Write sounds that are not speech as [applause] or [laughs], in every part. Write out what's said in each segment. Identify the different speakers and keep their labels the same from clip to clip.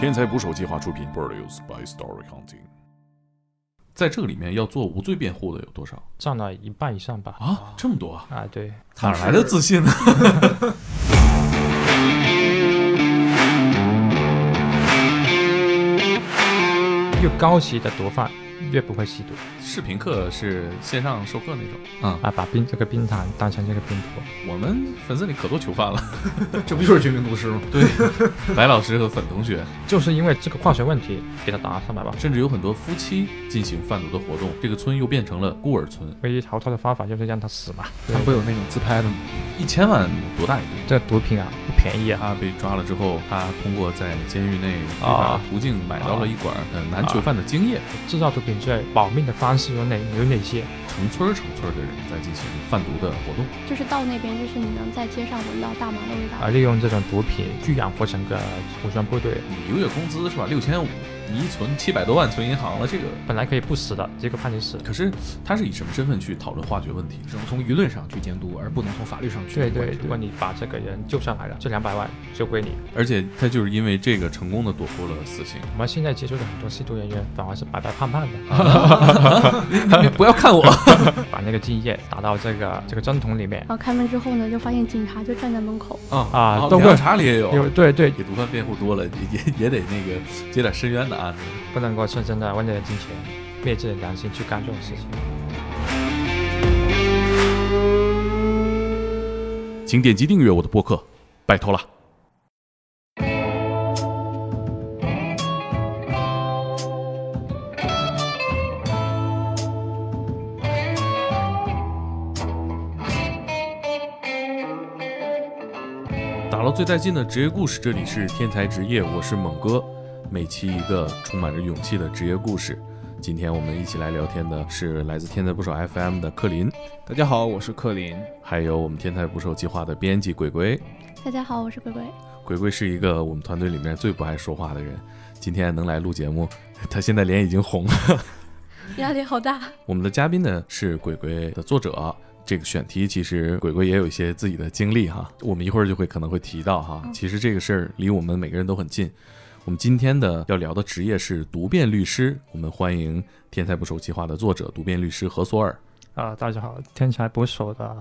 Speaker 1: 天才捕手计划出品，Produced by Story Hunting。在这个里面要做无罪辩护的有多少
Speaker 2: 占了一半以上吧。
Speaker 1: 啊？这么多啊？
Speaker 2: 啊，对，
Speaker 1: 哪来的自信呢？
Speaker 2: [laughs] 越高级的毒贩越不会吸毒
Speaker 3: 视频课是线上授课那种，
Speaker 2: 啊，把冰这个冰糖当成这个冰毒。
Speaker 3: 我们粉丝里可多囚犯了。
Speaker 4: 这不就是绝命毒师吗？
Speaker 3: 对， [laughs] 白老师和粉同学，
Speaker 2: 就是因为这个化学问题给他打了上百吧。
Speaker 3: 甚至有很多夫妻进行贩毒的活动，这个村又变成了孤儿村。
Speaker 2: 唯一逃脱的方法就是让他死嘛。
Speaker 4: 他会有那种自拍的吗？
Speaker 3: 一千万多大一个？
Speaker 2: 这毒品啊不便宜啊，
Speaker 3: 他被抓了之后，他通过在监狱内非
Speaker 4: 啊
Speaker 3: 法途径买到了一管呃男囚犯的精液。
Speaker 2: 制造毒品罪保命的方式有哪有哪些？
Speaker 3: 成村儿成村儿的人在进行贩毒的活动。
Speaker 5: 就是到那边，就是你能在街上闻到大麻的味道。
Speaker 2: 啊，利用这种毒品去养活整个武装部队，
Speaker 3: 你一个月工资是吧？六千五，你一存七百多万存银行了，这个。
Speaker 2: 本来可以不死的，结果判你死。
Speaker 3: 可是他是以什么身份去讨论化学问题？
Speaker 4: 只能从舆论上去监督，而不能从法律上去
Speaker 2: 对
Speaker 4: 管制。
Speaker 2: 对，如果你把这个人救上来了，这两百万就归你。
Speaker 3: 而且他就是因为这个成功的躲过了死
Speaker 4: [laughs]
Speaker 3: 刑。
Speaker 2: 我们现在接触的很多吸毒人员，反而是白白胖胖的，啊
Speaker 3: 你不要 [laughs] 看我，
Speaker 2: 把那个精液打到这个这个针筒里面
Speaker 5: 然后开门之后呢，就发现警察就站在门口。
Speaker 2: 啊
Speaker 3: 然后
Speaker 2: 都会
Speaker 3: 凉茶里也有，
Speaker 2: 有对对，
Speaker 3: 给毒贩辩护多了，也也也得那个接点深渊的案子。
Speaker 2: 不能够深深的为了金钱灭自己的良心去干这种事情。
Speaker 1: 请点击订阅我的播客，拜托了。
Speaker 3: 打捞最带劲的职业故事，这里是天才职业，我是猛哥。每期一个充满着勇气的职业故事。今天我们一起来聊天的是来自天才捕手 FM 的克林，
Speaker 4: 大家好，我是克林。
Speaker 3: 还有我们天才捕手计划的编辑鬼鬼。
Speaker 5: 大家好，我是鬼鬼。
Speaker 3: 鬼鬼是一个我们团队里面最不爱说话
Speaker 4: [laughs]
Speaker 3: 的人，今天能来录节目， [laughs] 他现在脸已经红了。 [laughs]
Speaker 5: 压力好大，
Speaker 3: 我们的嘉宾呢是鬼鬼的作者。这个选题其实鬼鬼也有一些自己的经历哈，我们一会儿就会可能会提到哈。其实这个事儿离我们每个人都很近。我们今天的要聊的职业是毒辩律师，我们欢迎《天才捕手计划》的作者毒辩律师何索尔。
Speaker 2: 啊、大家好，天才捕手的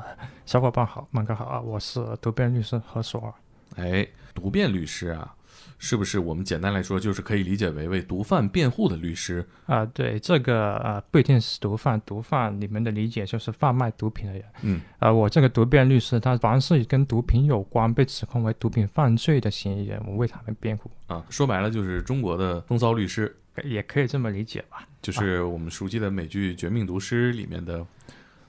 Speaker 2: 小伙伴好，孟哥好啊，我是毒辩律师何索尔。
Speaker 3: 哎，毒辩律师啊，是不是我们简单来说就是可以理解为为毒贩辩护的律师？
Speaker 2: 啊、对这个呃不一定是毒贩，毒贩你们的理解就是贩卖毒品的人。
Speaker 3: 嗯，
Speaker 2: 呃，我这个毒辩律师，他凡是跟毒品有关被指控为毒品犯罪的嫌疑人，我为他们辩护，
Speaker 3: 啊，说白了就是中国的风骚律师，
Speaker 2: 可也可以这么理解吧？
Speaker 6: 啊
Speaker 3: 就是我们熟悉的美剧《绝命毒师》里面的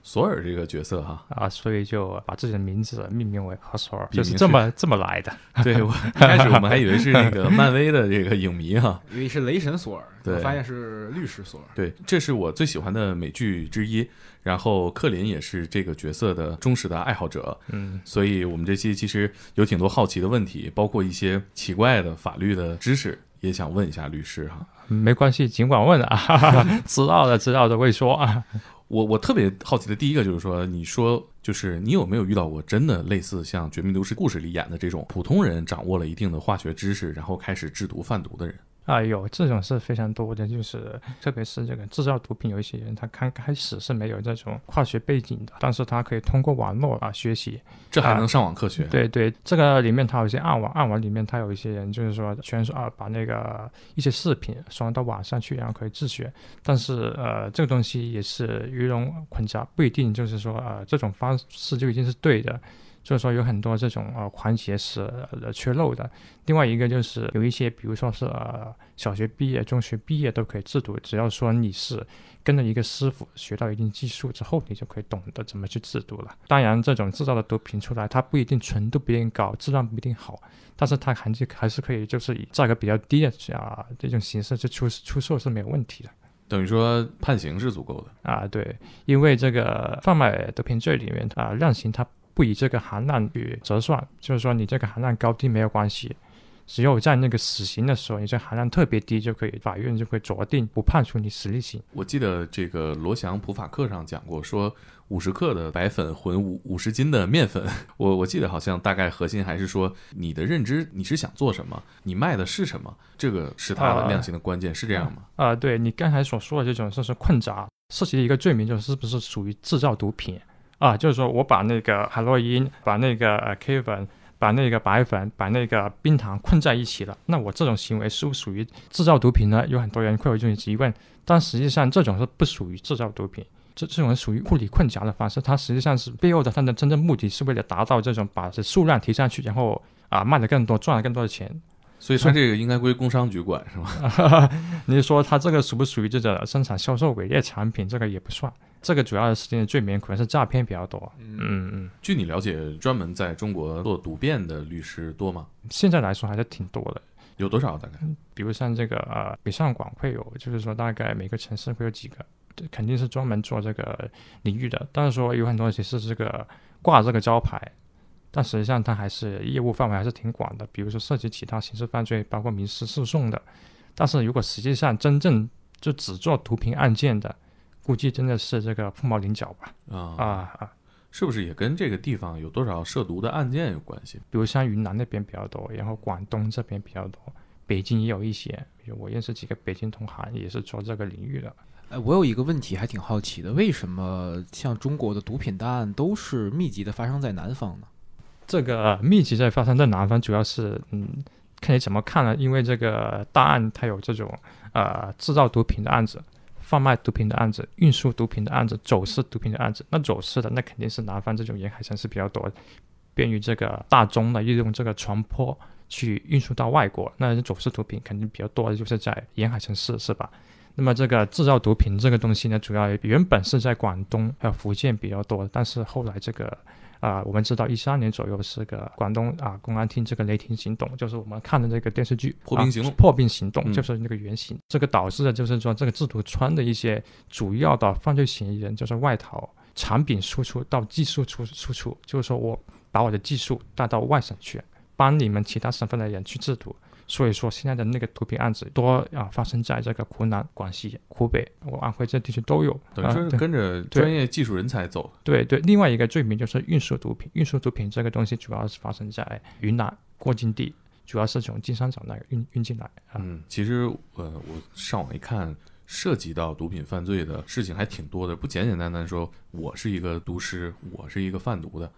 Speaker 3: 索尔这个角色哈。
Speaker 2: 啊、所以就把自己的名字命名为何索尔，
Speaker 3: 笔
Speaker 2: 就
Speaker 3: 名
Speaker 2: 是这
Speaker 3: 是
Speaker 2: 么这么来的。
Speaker 3: 对我一开始我们还以为是那个漫威的这个影
Speaker 4: [laughs]
Speaker 3: 迷哈。
Speaker 4: 以为是雷神索尔，
Speaker 3: 对
Speaker 4: 我发现是律师索尔。
Speaker 3: 对，这是我最喜欢的美剧之一。然后克林也是这个角色的忠实的爱好者，
Speaker 2: 嗯，
Speaker 3: 所以我们这期其实有挺多好奇的问题，包括一些奇怪的法律的知识，也想问一下律师哈。
Speaker 2: 没关系，尽管问啊，哈哈哈知道了知道的会说啊。
Speaker 3: 我我特别好奇的第一个就是说，你说就是你有没有遇到过真的类似像《绝命毒师》故事里演的这种普通人掌握了一定的化学知识，然后开始制毒贩毒的人？
Speaker 2: 啊，有这种是非常多的，就是特别是这个制造毒品，有一些人他刚开始是没有这种化学背景的，但是他可以通过网络啊学习。
Speaker 3: 这还
Speaker 2: 啊
Speaker 3: 能上网课学？
Speaker 2: 对对，这个里面它有一些暗网，暗网里面它有一些人就是说全是啊把那个一些视频传到网上去，然后可以自学。但是呃，这个东西也是鱼龙混杂，不一定就是说呃这种方式就一定是对的。就是说有很多这种呃环节是呃缺漏的。另外一个就是有一些，比如说是呃小学毕业、中学毕业都可以制毒，只要说你是跟着一个师傅学到一定技术之后，你就可以懂得怎么去制毒了。当然，这种制造的毒品出来，它不一定纯度不一定高，质量不一定好，但是它还是还是可以就是以价格比较低的啊这种形式去出出售是没有问题的。
Speaker 3: 等于说判刑是足够的。
Speaker 2: 啊，对，因为这个贩卖毒品罪里面啊，量刑它不以这个含量去折算，就是说你这个含量高低没有关系，只有在那个死刑的时候，你这含量特别低，就可以法院就会酌定不判处你死力刑。
Speaker 1: 我记得这个罗翔普法课上讲过，说五十克的白粉混五五十斤的面粉。 [laughs] 我我记得好像大概核心还是说你的认知，你是想做什么，你卖的是什么，这个是它
Speaker 2: 啊
Speaker 1: 量刑的关键，是这样吗？
Speaker 2: 啊、对你刚才所说的这种就是混杂，涉及一个罪名就是是不是属于制造毒品啊？就是说我把那个海洛因、把那个呃 K 粉、把那个白粉、把那个冰糖混在一起了，那我这种行为是不是属于制造毒品呢？有很多人会有这种疑问，但实际上这种是不属于制造毒品。这这种属于物理混杂的方式，它实际上是背后的它的真正目的是为了达到这种把这数量提上去，然后啊卖的更多，赚了更多的钱，
Speaker 1: 所以它这个应该归工商局管是吗？
Speaker 2: 你说他这个属不属于这种生产、销售伪劣产品？这个也不算。这个主要的事情的罪名可能是诈骗比较多。嗯嗯，
Speaker 1: [laughs] 据你了解，专门在中国做毒辩的律师多吗？
Speaker 2: 现在来说还是挺多的。
Speaker 1: 有多少？大概
Speaker 2: 比如像这个呃，北上广会有，就是说大概每个城市会有几个，这肯定是专门做这个领域的。但是说有很多其实是这个挂这个招牌，但实际上它还是业务范围还是挺广的，比如说涉及其他刑事犯罪，包括民事诉讼的。但是如果实际上真正就只做毒品案件的，估计真的是这个凤毛麟角吧。
Speaker 1: 啊、
Speaker 2: 啊啊，
Speaker 1: 是不是也跟这个地方有多少涉毒的案件有关系？
Speaker 2: 比如像云南那边比较多，然后广东这边比较多，北京也有一些。比如我认识几个北京同行也是做这个领域的。
Speaker 6: 哎，我有一个问题还挺好奇的，为什么像中国的毒品大案都是密集的发生在南方呢？
Speaker 2: 这个密集在发生在南方，主要是嗯，看你怎么看了。因为这个大案它有这种呃制造毒品的案子、贩卖毒品的案子、运输毒品的案子、走私毒品的案子。那走私的那肯定是南方这种沿海城市比较多，便于这个大宗的利用这个船舶去运输到外国。那走私毒品肯定比较多的就是在沿海城市，是吧？那么这个制造毒品这个东西呢，主要原本是在广东还有福建比较多，但是后来这个啊、我们知道一三年左右是个广东啊、公安厅这个雷霆行动，就是我们看的这个电视剧《
Speaker 1: 破冰行动
Speaker 2: 啊破冰行动
Speaker 1: 嗯
Speaker 2: 就是那个原型。这个导致的就是说，这个制毒村的一些主要的犯罪嫌疑人就是外逃，产品输出到技术出输出，就是说我把我的技术带到外省去，帮你们其他省份的人去制毒。所以说，现在的那个毒品案子多啊，发生在这个湖南、广西、湖北、我安徽这地区都有。
Speaker 1: 等于
Speaker 2: 啊
Speaker 1: 说是
Speaker 2: 对
Speaker 1: 跟着
Speaker 2: 对啊
Speaker 1: 专业技术人才走的
Speaker 2: 对对，另外一个罪名就是运输毒品。运输毒品这个东西主要是发生在云南过境地，主要是从金三角那个运运进来啊。
Speaker 1: 嗯，其实呃，我上网一看，涉及到毒品犯罪的事情还挺多的，不简简单单说我是一个毒师，我是一个贩毒的。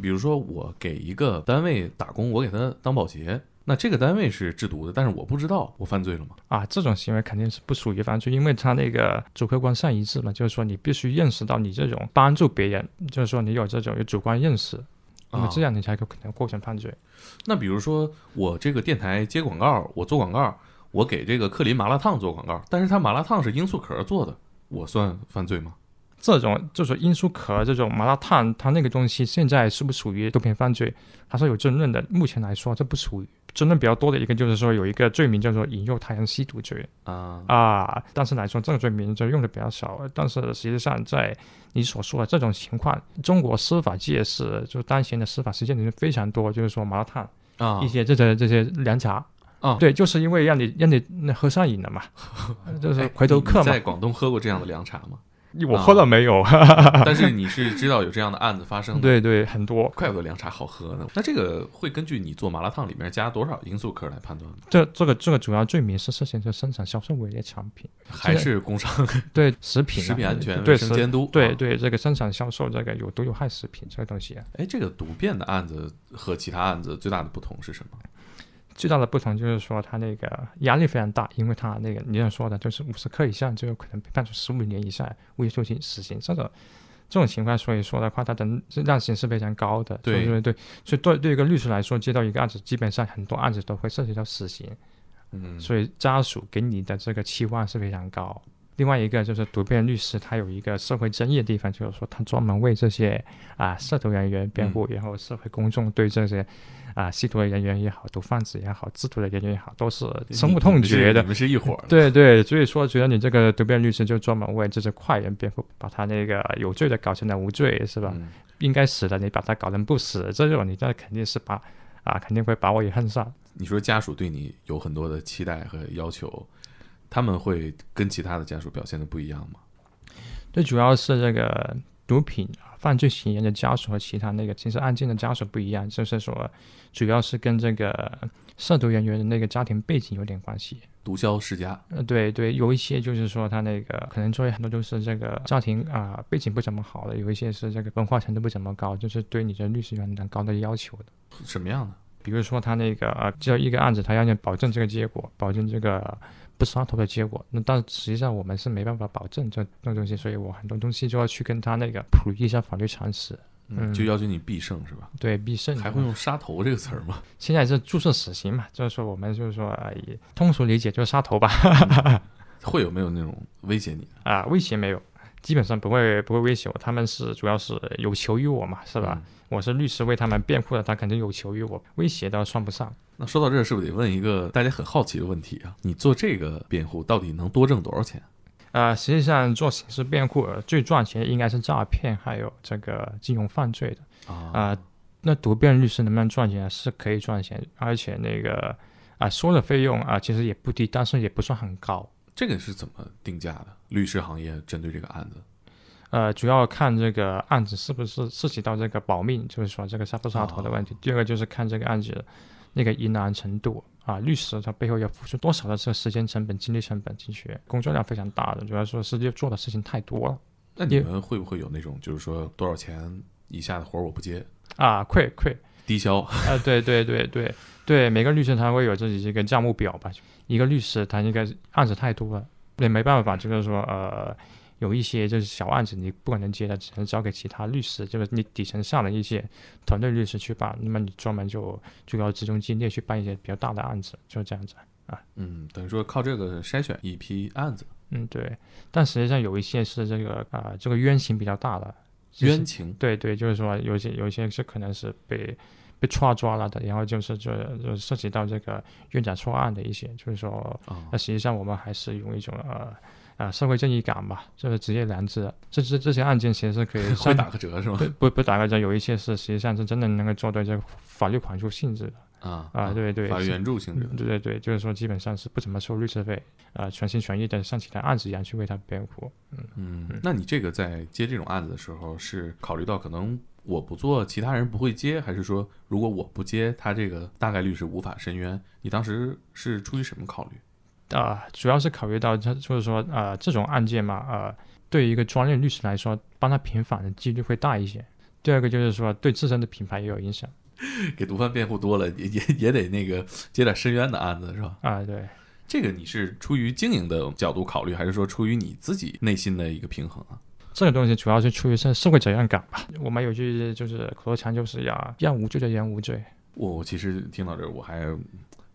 Speaker 1: 比如说，我给一个单位打工，我给
Speaker 3: 呃
Speaker 1: 他当保洁，那这个单位是制毒的，但是我不知道我犯罪了吗？
Speaker 2: 啊，这种行为肯定是不属于犯罪，因为他那个主客观上一致嘛，就是说你必须认识到你这种帮助别人，就是说你有这种有主观认识，那么
Speaker 1: 啊
Speaker 2: 这样你才有可能构成犯罪。
Speaker 1: 那比如说，我这个电台接广告，我做广告，我给这个克林麻辣烫做广告，但是他麻辣烫是罂粟壳做的，我算犯罪吗？
Speaker 2: 这种就是罂粟壳这种麻辣烫，它那个东西现在是不属于毒品犯罪，它是有争论的。目前来说，这不属于争论比较多的一个，就是说有一个罪名叫做引诱他人吸毒罪
Speaker 1: 啊
Speaker 2: 啊，但是来说这个罪名就用的比较少。但是实际上，在你所说的这种情况，中国司法界是就当前的司法实践里面非常多，就是说麻辣烫
Speaker 1: 啊
Speaker 2: 一些这些这些凉茶
Speaker 1: 啊
Speaker 2: 对，就是因为让你让你那喝上瘾
Speaker 1: [laughs]
Speaker 2: 了嘛，就是回头客
Speaker 1: 你
Speaker 2: 嘛
Speaker 1: 在。广东喝过这样的凉茶吗？
Speaker 2: 我喝了没有？哈哈哈。
Speaker 1: 但是你是知道有这样的案子发生的，，
Speaker 2: 啊 [laughs] 对对，很多。
Speaker 1: 怪不得凉茶好喝呢。那这个会根据你做麻辣烫里面加多少罂粟壳来判断吗？
Speaker 2: 这这个这个主要罪名是涉嫌是生产、销售伪劣产品，
Speaker 1: 还是工商
Speaker 2: 对食品、啊、
Speaker 1: 食品安全
Speaker 2: 对
Speaker 1: 卫
Speaker 2: 食
Speaker 1: 生监督？
Speaker 2: 对
Speaker 1: 啊。
Speaker 2: 对这个生产、销售这个有毒有害食品这个东西、啊，
Speaker 1: 哎，这个毒变的案子和其他案子最大的不同是什么？
Speaker 2: 最大的不同就是说它那个压力非常大，因为它那个你像说的，就是五十克以上就有可能被判处十五年以上无期徒刑、死刑这种。这种情况，所以说的话，它的量刑是非常高的。
Speaker 1: 对
Speaker 2: 对对，所以对对一个律师来说，接到一个案子，基本上很多案子都会涉及到死刑。
Speaker 1: 嗯，
Speaker 2: 所以家属给你的这个期望是非常高。另外一个就是毒辩律师，他有一个社会争议的地方，就是说他专门为这些啊涉毒人员辩护，然后社会公众对这些啊吸毒的人员也好、毒贩子也好、制毒的人员也好，都是深恶痛绝的
Speaker 1: 你。们是一伙儿的。
Speaker 2: 对对，所以说觉得你这个毒辩律师就专门为这些坏人辩护，把他那个有罪的搞成了无罪，是吧？
Speaker 1: 嗯
Speaker 2: 应该死的你把他搞成不死，这种你那肯定是把啊，肯定会把我也恨上。
Speaker 1: 你说家属对你有很多的期待和要求，他们会跟其他的家属表现的不一样吗？
Speaker 2: 最主要是这个毒品啊犯罪嫌疑人的家属和其他那个刑事案件的家属不一样，就是说，主要是跟这个涉毒人员的那个家庭背景有点关系。
Speaker 1: 毒枭世家，
Speaker 2: 呃，对对，有一些就是说他那个可能作业很多都是这个家庭啊、背景不怎么好的，有一些是这个文化程度不怎么高，就是对你的律师有很高的要求的。
Speaker 1: 什么样的？
Speaker 2: 比如说他那个呃，只有一个案子，他要你保证这个结果，保证这个不杀头的结果。那但实际上我们是没办法保证这那东西，所以我很多东西就要去跟他那个普及一下法律常识，
Speaker 1: 嗯，
Speaker 2: 嗯
Speaker 1: 就要求你必胜是吧？
Speaker 2: 对必胜。
Speaker 1: 还会用“杀头”这个词儿吗？
Speaker 2: 现在是注射死刑嘛，就是说我们就是说、呃以通俗理解就是杀头吧，
Speaker 1: [laughs]
Speaker 2: [laughs]
Speaker 1: 会有没有那种威胁你？
Speaker 2: 啊、威胁没有，基本上不会不会威胁我，他们是主要是有求于我嘛，是吧？
Speaker 1: 嗯
Speaker 2: 我是律师为他们辩护的，他肯定有求于我，威胁倒算不上。
Speaker 1: 那说到这儿，是不是得问一个大家很好奇的问题啊？你做这个辩护到底能多挣多少钱？
Speaker 2: 呃，实际上做刑事辩护呃最赚钱应该是诈骗，还有这个金融犯罪的。
Speaker 1: 啊，
Speaker 2: 啊、那读辩律师能不能赚钱？是可以赚钱，而且那个啊、收的费用啊、其实也不低，但是也不算很高。
Speaker 1: 这个是怎么定价的？律师行业针对这个案子，
Speaker 2: 呃，主要看这个案子是不是涉及到这个保命，就是说这个杀不杀头的问题。第二个就是看这个案子那个疑难程度啊，律师他背后要付出多少的这个时间成本、精力成本进去，工作量非常大的，主要说是就做的事情太多了
Speaker 1: 那你
Speaker 2: 也
Speaker 1: 们呃会不会有那种就是说多少钱以下的活儿我不接，
Speaker 2: 啊，愧愧。
Speaker 1: 低消？
Speaker 2: 啊，对对对对对，每个律师他会有自己一个价目表吧。一个律师他应该是案子太多了，也没办法，就是说呃，有一些就是小案子你不可能接的，只能交给其他律师，就是你底层上的一些团队律师去办。那么你专门就就要集中精力去办一些比较大的案子，就这样子。
Speaker 1: 嗯，等于说靠这个筛选一批案子，
Speaker 2: 嗯，对。但实际上有一些是这个啊、这个冤情比较大的，就是
Speaker 1: 冤情
Speaker 2: 对对，就是说有些有些是可能是被被抓抓了的，然后就是就就涉及到这个冤假错案的一些，就是说，
Speaker 1: 啊
Speaker 2: 那，实际上我们还是用一种呃呃社会正义感吧，就是职业良知，这这这些案件其实是
Speaker 1: [laughs]
Speaker 2: 可以
Speaker 1: 会
Speaker 2: 相
Speaker 1: 打个折是吗？
Speaker 2: 对不不打个折，有一些是实际上是真的能够做到这个法律款诉性质的
Speaker 1: 啊
Speaker 2: 啊、对对
Speaker 1: 法律
Speaker 2: 是
Speaker 1: 援助性质的。
Speaker 2: 嗯对对对，就是说基本上是不怎么收律师费，呃，全心全意的像其他案子一样去为他辩护。
Speaker 1: 嗯，那你这个在接这种案子的时候，是考虑到可能我不做，其他人不会接，还是说如果我不接，他这个大概率是无法申冤？你当时是出于什么考虑？
Speaker 2: 啊、主要是考虑到这就是说呃这种案件嘛，呃，对于一个专业律师来说，帮他平反的几率会大一些。第二个就是说对自身的品牌也有影响
Speaker 1: 给毒贩辩护多了，也也也得那个接点申冤的案子是吧？
Speaker 2: 啊、对，
Speaker 1: 这个你是出于经营的角度考虑，还是说出于你自己内心的一个平衡啊？
Speaker 2: 这个东西主要是出于社社会责任感吧。我们有句就是口头禅就是要让无罪的人无罪。
Speaker 1: 我我其实听到这儿，我还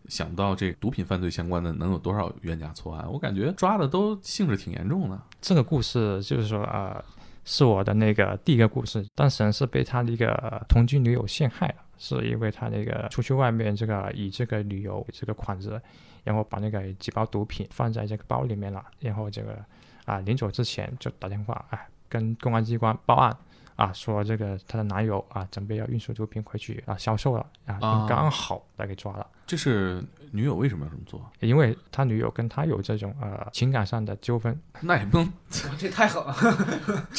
Speaker 1: 想不到这毒品犯罪相关的能有多少冤假错案，我感觉抓的都性质挺严重的。
Speaker 2: 这个故事就是说呃是我的那个第一个故事，当事人是被他的一个同居女友陷害了，是因为他那个出去外面这个以这个旅游这个款子，然后把那个几包毒品放在这个包里面了，然后这个啊、临走之前就打电话哎跟公安机关报案。啊，说这个她的男友啊，准备要运输毒品回去啊，销售了啊，
Speaker 1: 啊
Speaker 2: 刚好把他给抓了。
Speaker 1: 这是女友为什么要这么做？
Speaker 2: 因为他女友跟他有这种呃情感上的纠纷，
Speaker 1: 那也不能，
Speaker 6: [laughs] 这太狠了。
Speaker 1: [laughs]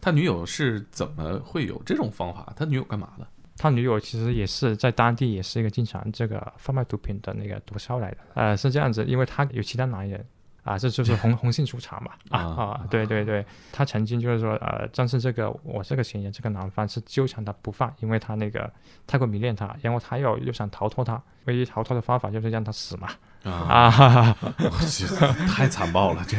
Speaker 1: 他女友是怎么会有这种方法？他女友干嘛的？
Speaker 2: 他女友其实也是在当地也是一个经常这个贩卖毒品的那个毒枭来的，呃，是这样子，因为他有其他男人。啊，这就是红红杏出墙嘛！啊
Speaker 1: 啊
Speaker 2: 啊，对对对，他曾经就是说，呃，但是这个我这个嫌疑人这个男方是纠缠他不放，因为他那个太过迷恋他，然后他又又想逃脱他，唯一逃脱的方法就是让他死嘛！
Speaker 1: 啊，
Speaker 2: 啊，哈哈哈
Speaker 1: 我去 [laughs] 太残暴了！这，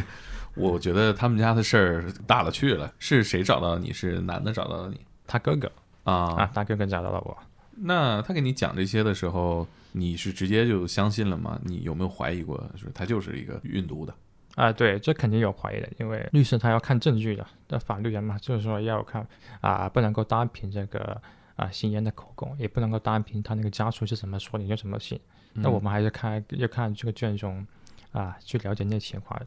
Speaker 1: 我觉得他们家的事儿大了去了。是谁找到你？是男的找到了你
Speaker 2: 他哥哥啊，
Speaker 1: 啊？
Speaker 2: 他哥哥找到了我，
Speaker 1: 那他给你讲这些的时候，你是直接就相信了吗？你有没有怀疑过，就是他就是一个运毒的？
Speaker 2: 啊、对，这肯定有怀疑的，因为律师他要看证据的，那法律人嘛，就是说要看啊、不能够单凭这个啊嫌疑人的口供，也不能够单凭他那个家属是怎么说的你就怎么信。那我们还是看要看这个卷宗啊、去了解那情况，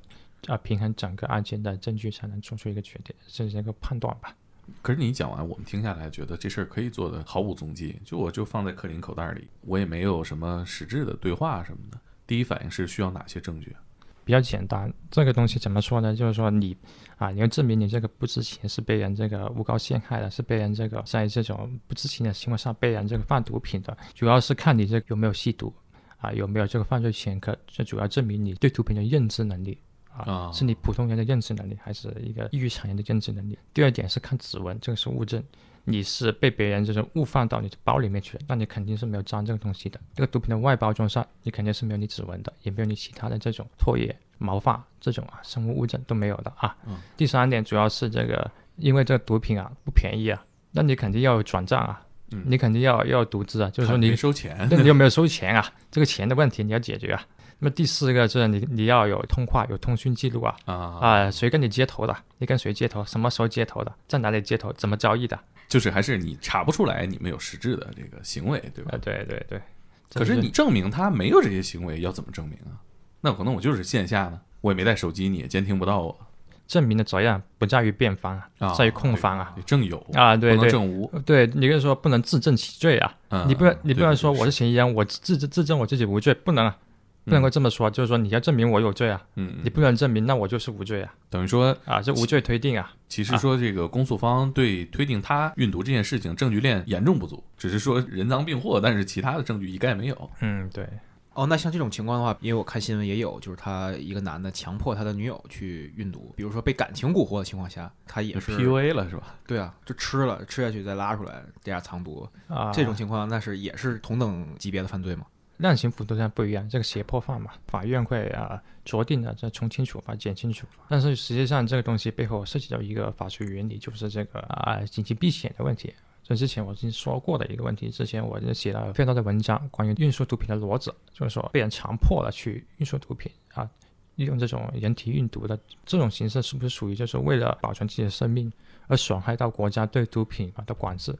Speaker 2: 啊、平衡整个案件的证据，才能做出一个决定，这是一个判断吧。
Speaker 1: 可是你讲完，我们听下来觉得这事儿可以做的毫无踪迹，就我就放在克林口袋里，我也没有什么实质的对话什么的。第一反应是需要哪些证据？
Speaker 2: 比较简单。这个东西怎么说呢？就是说你啊，你要证明你这个不知情是被人这个诬告陷害的，是被人这个在这种不知情的情况下被人这个贩毒品的，主要是看你这个有没有吸毒啊，有没有这个犯罪前科，这主要证明你对毒品的认知能力。
Speaker 1: 啊
Speaker 2: 啊，是你普通人的认知能力，还是一个异于常人的认知能力？第二点是看指纹，这个是物证，你是被别人就是误放到你的包里面去了，那你肯定是没有沾这个东西的。这个毒品的外包装上，你肯定是没有你指纹的，也没有你其他的这种唾液、毛发这种啊生物物证都没有的啊。
Speaker 1: 嗯
Speaker 2: 第三点主要是这个，因为这个毒品啊不便宜啊，那你肯定要有转账啊，
Speaker 1: 嗯
Speaker 2: 你肯定要要有独资啊，就是说
Speaker 1: 看
Speaker 2: 你
Speaker 1: 没收钱，
Speaker 2: [laughs] 那你有没有收钱啊？这个钱的问题你要解决啊。那么第四个就是你你要有通话、有通讯记录啊
Speaker 1: 啊，
Speaker 2: 啊、谁跟你接头的？你跟谁接头？什么时候接头的？在哪里接头？怎么交易的？
Speaker 1: 就是还是你查不出来你们有实质的这个行为，对吧？
Speaker 2: 啊，对对对。
Speaker 6: 哎
Speaker 1: 可
Speaker 2: 这
Speaker 1: 是
Speaker 2: 就
Speaker 1: 你证明他没有这些行为，要怎么证明啊？那可能我就是线下呢，我也没带手机，你也监听不到我，
Speaker 2: 证明的责任不在于辩方
Speaker 1: 啊
Speaker 2: 啊，在于控方啊
Speaker 1: 得证有，
Speaker 2: 啊，对
Speaker 1: 不能
Speaker 2: 对。
Speaker 1: 证无。
Speaker 2: 呃对，你就是说不能自证其罪啊！
Speaker 1: 嗯
Speaker 2: 你不能，你
Speaker 1: 对
Speaker 2: 不能
Speaker 1: 对
Speaker 2: 说
Speaker 1: 对
Speaker 2: 我是嫌疑人，我自自自证我自己无罪，不能，啊，不能够这么说。就是说你要证明我有罪啊，
Speaker 1: 嗯，嗯
Speaker 2: 你不能证明，那我就是无罪啊！
Speaker 1: 等于说
Speaker 2: 啊，这无罪推定啊！
Speaker 1: 其实说这个公诉方对推定他运毒这件事情证据链严重不足，只是说人赃并获，但是其他的证据一概没有。
Speaker 2: 嗯，对，
Speaker 6: 哦，那像这种情况的话，因为我看新闻也有，就是他一个男的强迫他的女友去运毒，比如说被感情蛊惑的情况下，他也是
Speaker 1: PUA 了是吧？
Speaker 6: 对啊，就吃了吃下去再拉出来，这样藏毒，
Speaker 2: 啊，
Speaker 6: 这种情况那是也是同等级别的犯罪嘛？
Speaker 2: 量刑幅度上不一样，这个胁迫犯嘛，法院会啊酌定的这从轻处罚、减轻处罚。但是实际上这个东西背后涉及到一个法学原理，就是这个啊紧急避险的问题。这之前我已经说过的一个问题，之前我就写了非常多的文章关于运输毒品的逻辑，就是说被人强迫了去运输毒品啊，利用这种人体运毒的这种形式，是不是属于就是为了保存自己的生命而损害到国家对毒品啊的管制？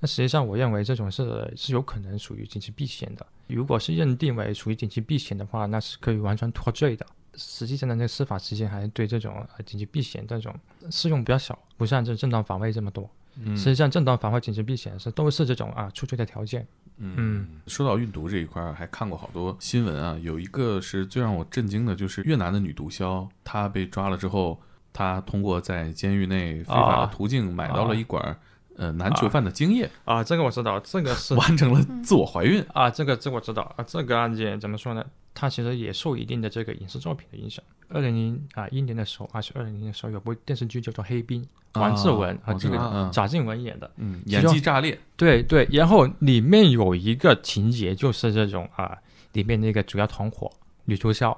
Speaker 2: 那实际上，我认为这种是是有可能属于紧急避险的。如果是认定为属于紧急避险的话，那是可以完全脱罪的。实际上呢，这个司法实践还是对这种呃紧急避险这种适用比较少，不像这正当防卫这么多。
Speaker 1: 嗯
Speaker 2: 实际上，正当防卫、紧急避险是都是这种啊出罪的条件。
Speaker 1: 嗯，说到运毒这一块儿，还看过好多新闻啊。有一个是最让我震惊的，就是越南的女毒枭，她被抓了之后，她通过在监狱内非法
Speaker 2: 啊
Speaker 1: 的途径买到了
Speaker 2: 啊
Speaker 1: 一管儿呃男囚犯的精液，
Speaker 2: 啊，这个我知道，这个是
Speaker 1: 完成了自我怀孕。
Speaker 2: 啊，这个这个我知道啊，这个案件怎么说呢？它其实也受一定的这个影视作品的影响。二零零啊一年的时候，还是二零零的时候，有部电视剧叫做《黑冰》，王志文
Speaker 1: 啊
Speaker 2: 和
Speaker 1: 这
Speaker 2: 这
Speaker 1: 个
Speaker 2: 个
Speaker 1: 嗯
Speaker 2: 贾静雯演的。
Speaker 1: 嗯，
Speaker 2: 其
Speaker 1: 演
Speaker 2: 中
Speaker 1: 技炸裂，
Speaker 2: 对对，然后里面有一个情节就是这种啊、里面那个主要团伙女主角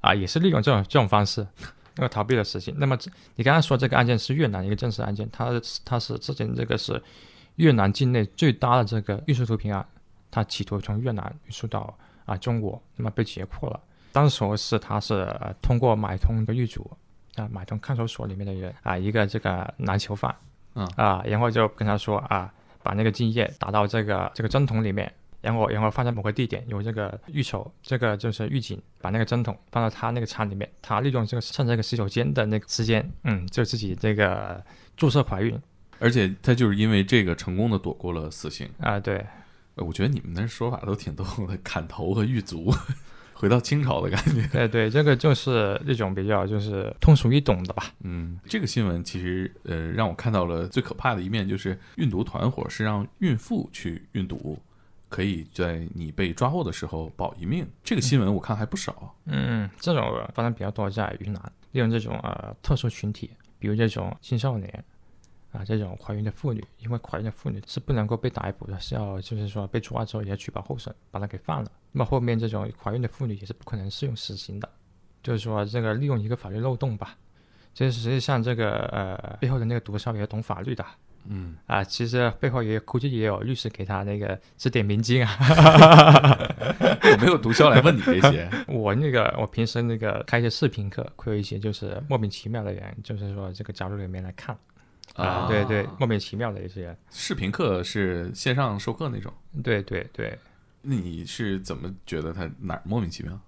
Speaker 2: 啊、也是利用这种这种方式，那个逃避的事情。那么这你刚刚说这个案件是越南一个真实案件，它是它是之前这个是越南境内最大的这个运输毒品案，它企图从越南运输到啊、中国，那么被截获了。当时候是他是、呃通过买通一个狱卒啊、买通看守所里面的人啊、一个这个男囚犯，
Speaker 1: 嗯
Speaker 2: 啊、然后就跟他说啊。把那个精液打到这个这个针筒里面，然后然后放在某个地点，有这个预筹，这个就是预警，把那个针筒放到他那个仓里面，他利用这个趁这个洗手间的那个时间，嗯，就自己这个注射怀孕
Speaker 1: 而且她就是因为这个成功的躲过了死刑。
Speaker 2: 啊、对，
Speaker 1: 呃我觉得你们那说法都挺逗的，砍头和狱卒， [laughs] 回到清朝的感觉。
Speaker 2: 对对，这个就是那种比较就是通俗易懂的吧，
Speaker 1: 嗯，这个新闻其实呃让我看到了最可怕的一面，就是运毒团伙是让孕妇去运毒，可以在你被抓获的时候保一命。这个新闻我看还不少。
Speaker 2: 嗯，这种发生比较多在云南，利用这种呃特殊群体，比如这种呃青少年。啊，这种怀孕的妇女，因为怀孕的妇女是不能够被逮捕的，是要就是说被抓之后也要取保候审，把她给放了。那么后面这种怀孕的妇女也是不可能适用死刑的，就是说这个利用一个法律漏洞吧。其实实际上这个呃背后的那个毒枭也懂法律的，
Speaker 1: 嗯，
Speaker 2: 啊，其实背后也估计也有律师给他那个指点迷津啊。
Speaker 1: 有没有毒枭来问你这些？
Speaker 2: 我那个我平时那个开一些视频课，会有一些就是莫名其妙的人，就是说这个加入里面来看
Speaker 1: 啊
Speaker 2: 对对，莫名其妙的一些人，
Speaker 1: 视频课是线上授课那种，
Speaker 2: 对对对。
Speaker 1: 那你是怎么觉得他哪儿莫名其妙？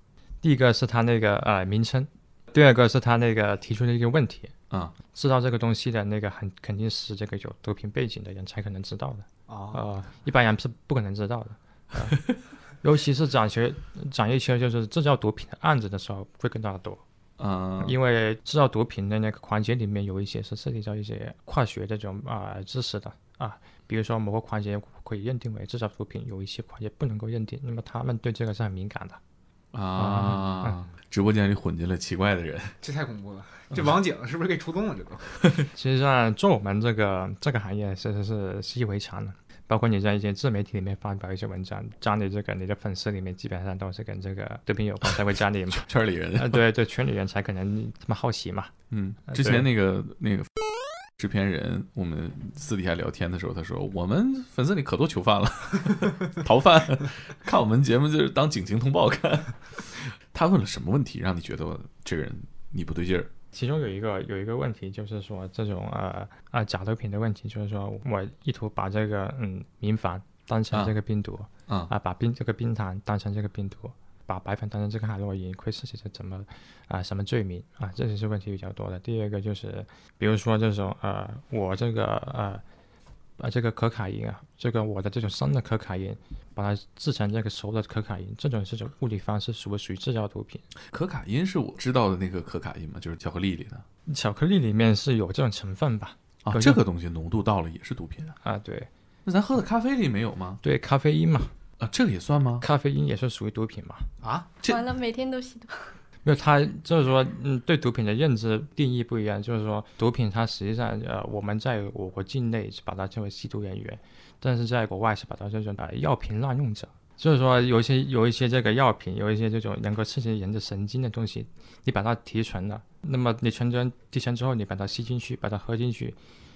Speaker 2: 第一个是他那个呃名称，第二个是他那个提出了一个问题，
Speaker 1: 啊，
Speaker 2: 知道这个东西的那个很肯定是这个有毒品背景的人才可能知道的，
Speaker 3: 啊，
Speaker 2: 呃，一般人是不可能知道的。
Speaker 1: [laughs]
Speaker 2: 呃尤其是掌学掌一些就是制造毒品的案子的时候，会更大的多，
Speaker 1: 嗯，
Speaker 2: 因为制造毒品的那个环节里面有一些是涉及到一些跨学这种啊、知识的啊，比如说某个环节可以认定为制造毒品，有一些环节不能够认定，那么他们对这个是很敏感的。
Speaker 1: 啊，
Speaker 7: 直播间里混进了奇怪的
Speaker 1: [laughs]
Speaker 7: 人，
Speaker 3: 这太恐怖了！这网警是不是给出动了？这都
Speaker 2: 其实上做我们这个这个行业其实是习以为常的，包括你在一些自媒体里面发表一些文章，加你这个你的粉丝里面基本上都是跟这个毒品有关才
Speaker 1: [laughs]
Speaker 2: 会加你嘛。
Speaker 7: 圈里人。
Speaker 2: 啊，对对，圈里人才可能他们好奇嘛。
Speaker 1: 嗯，之前那个那个制片人，我们私底下聊天的时候，他说我们粉丝里可多囚犯了， [laughs] 逃犯，看我们节目就是当警情通报看。他问了什么问题，让你觉得这个人你不对劲儿？
Speaker 2: 其中有一个有一个问题就是说这种呃啊假毒品的问题，就是说我意图把这个嗯民矾当成这个病毒
Speaker 1: 啊
Speaker 2: 把冰这个冰糖当成这个病毒。把白粉当成这个海洛因，会涉及到怎么啊、什么罪名啊？这些是问题比较多的。第二个就是，比如说这种呃，我这个呃啊这个可卡因啊，这个我的这种生的可卡因，把它制成这个熟的可卡因，这种这种物理方式属不属于制造毒品？
Speaker 1: 可卡因是我知道的那个可卡因嘛，就是巧克力里的
Speaker 2: 巧克力里面是有这种成分吧？
Speaker 1: 啊，
Speaker 2: 可
Speaker 1: 这个东西浓度到了也是毒品啊。
Speaker 2: 啊，对
Speaker 1: 那咱喝的咖啡里没有吗？
Speaker 2: 对，咖啡因嘛，
Speaker 1: 啊，这个也算吗？
Speaker 2: 咖啡因也是属于毒品嘛？
Speaker 3: 啊，
Speaker 1: 这
Speaker 5: 完了，每天都吸毒。
Speaker 2: 没有，它就是说，嗯，对毒品的认知定义不一样。就是说，毒品它实际上，呃，我们在我国境内是把它称为吸毒人员，但是在国外是把它叫做呃药品滥用者。就是说，有一些有一些这个药品，有一些这种能够刺激人的神经的东西，你把它提纯了，那么你纯真提纯之后，你把它吸进去，把它喝进去，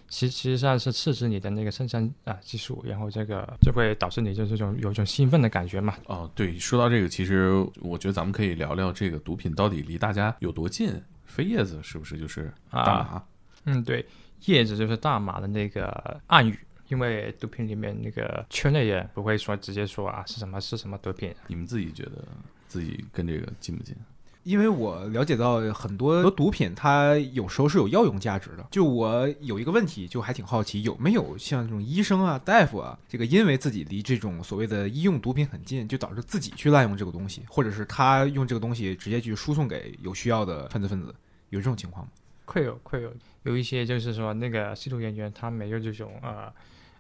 Speaker 2: 其实实际上是刺激你的那个肾上啊激素，然后这个就会导致你就这种有一种兴奋的感觉嘛，
Speaker 1: 哦，对，说到这个，其实我觉得咱们可以聊聊这个毒品到底离大家有多近。飞叶子是不是就是大
Speaker 2: 啊
Speaker 1: 麻？
Speaker 2: 嗯，对，叶子就是大麻的那个暗语，因为毒品里面那个圈内人不会说直接说啊是什么是什么毒品，
Speaker 1: 你们自己觉得自己跟这个近不近？
Speaker 3: 因为我了解到很多毒品，它有时候是有药用价值的。就我有一个问题，就还挺好奇，有没有像这种医生啊、大夫啊，这个因为自己离这种所谓的医用毒品很近，就导致自己去滥用这个东西，或者是他用这个东西直接去输送给有需要的犯罪分子，有这种情况吗？
Speaker 2: 会有会有有一些就是说那个吸毒人员他没有这种呃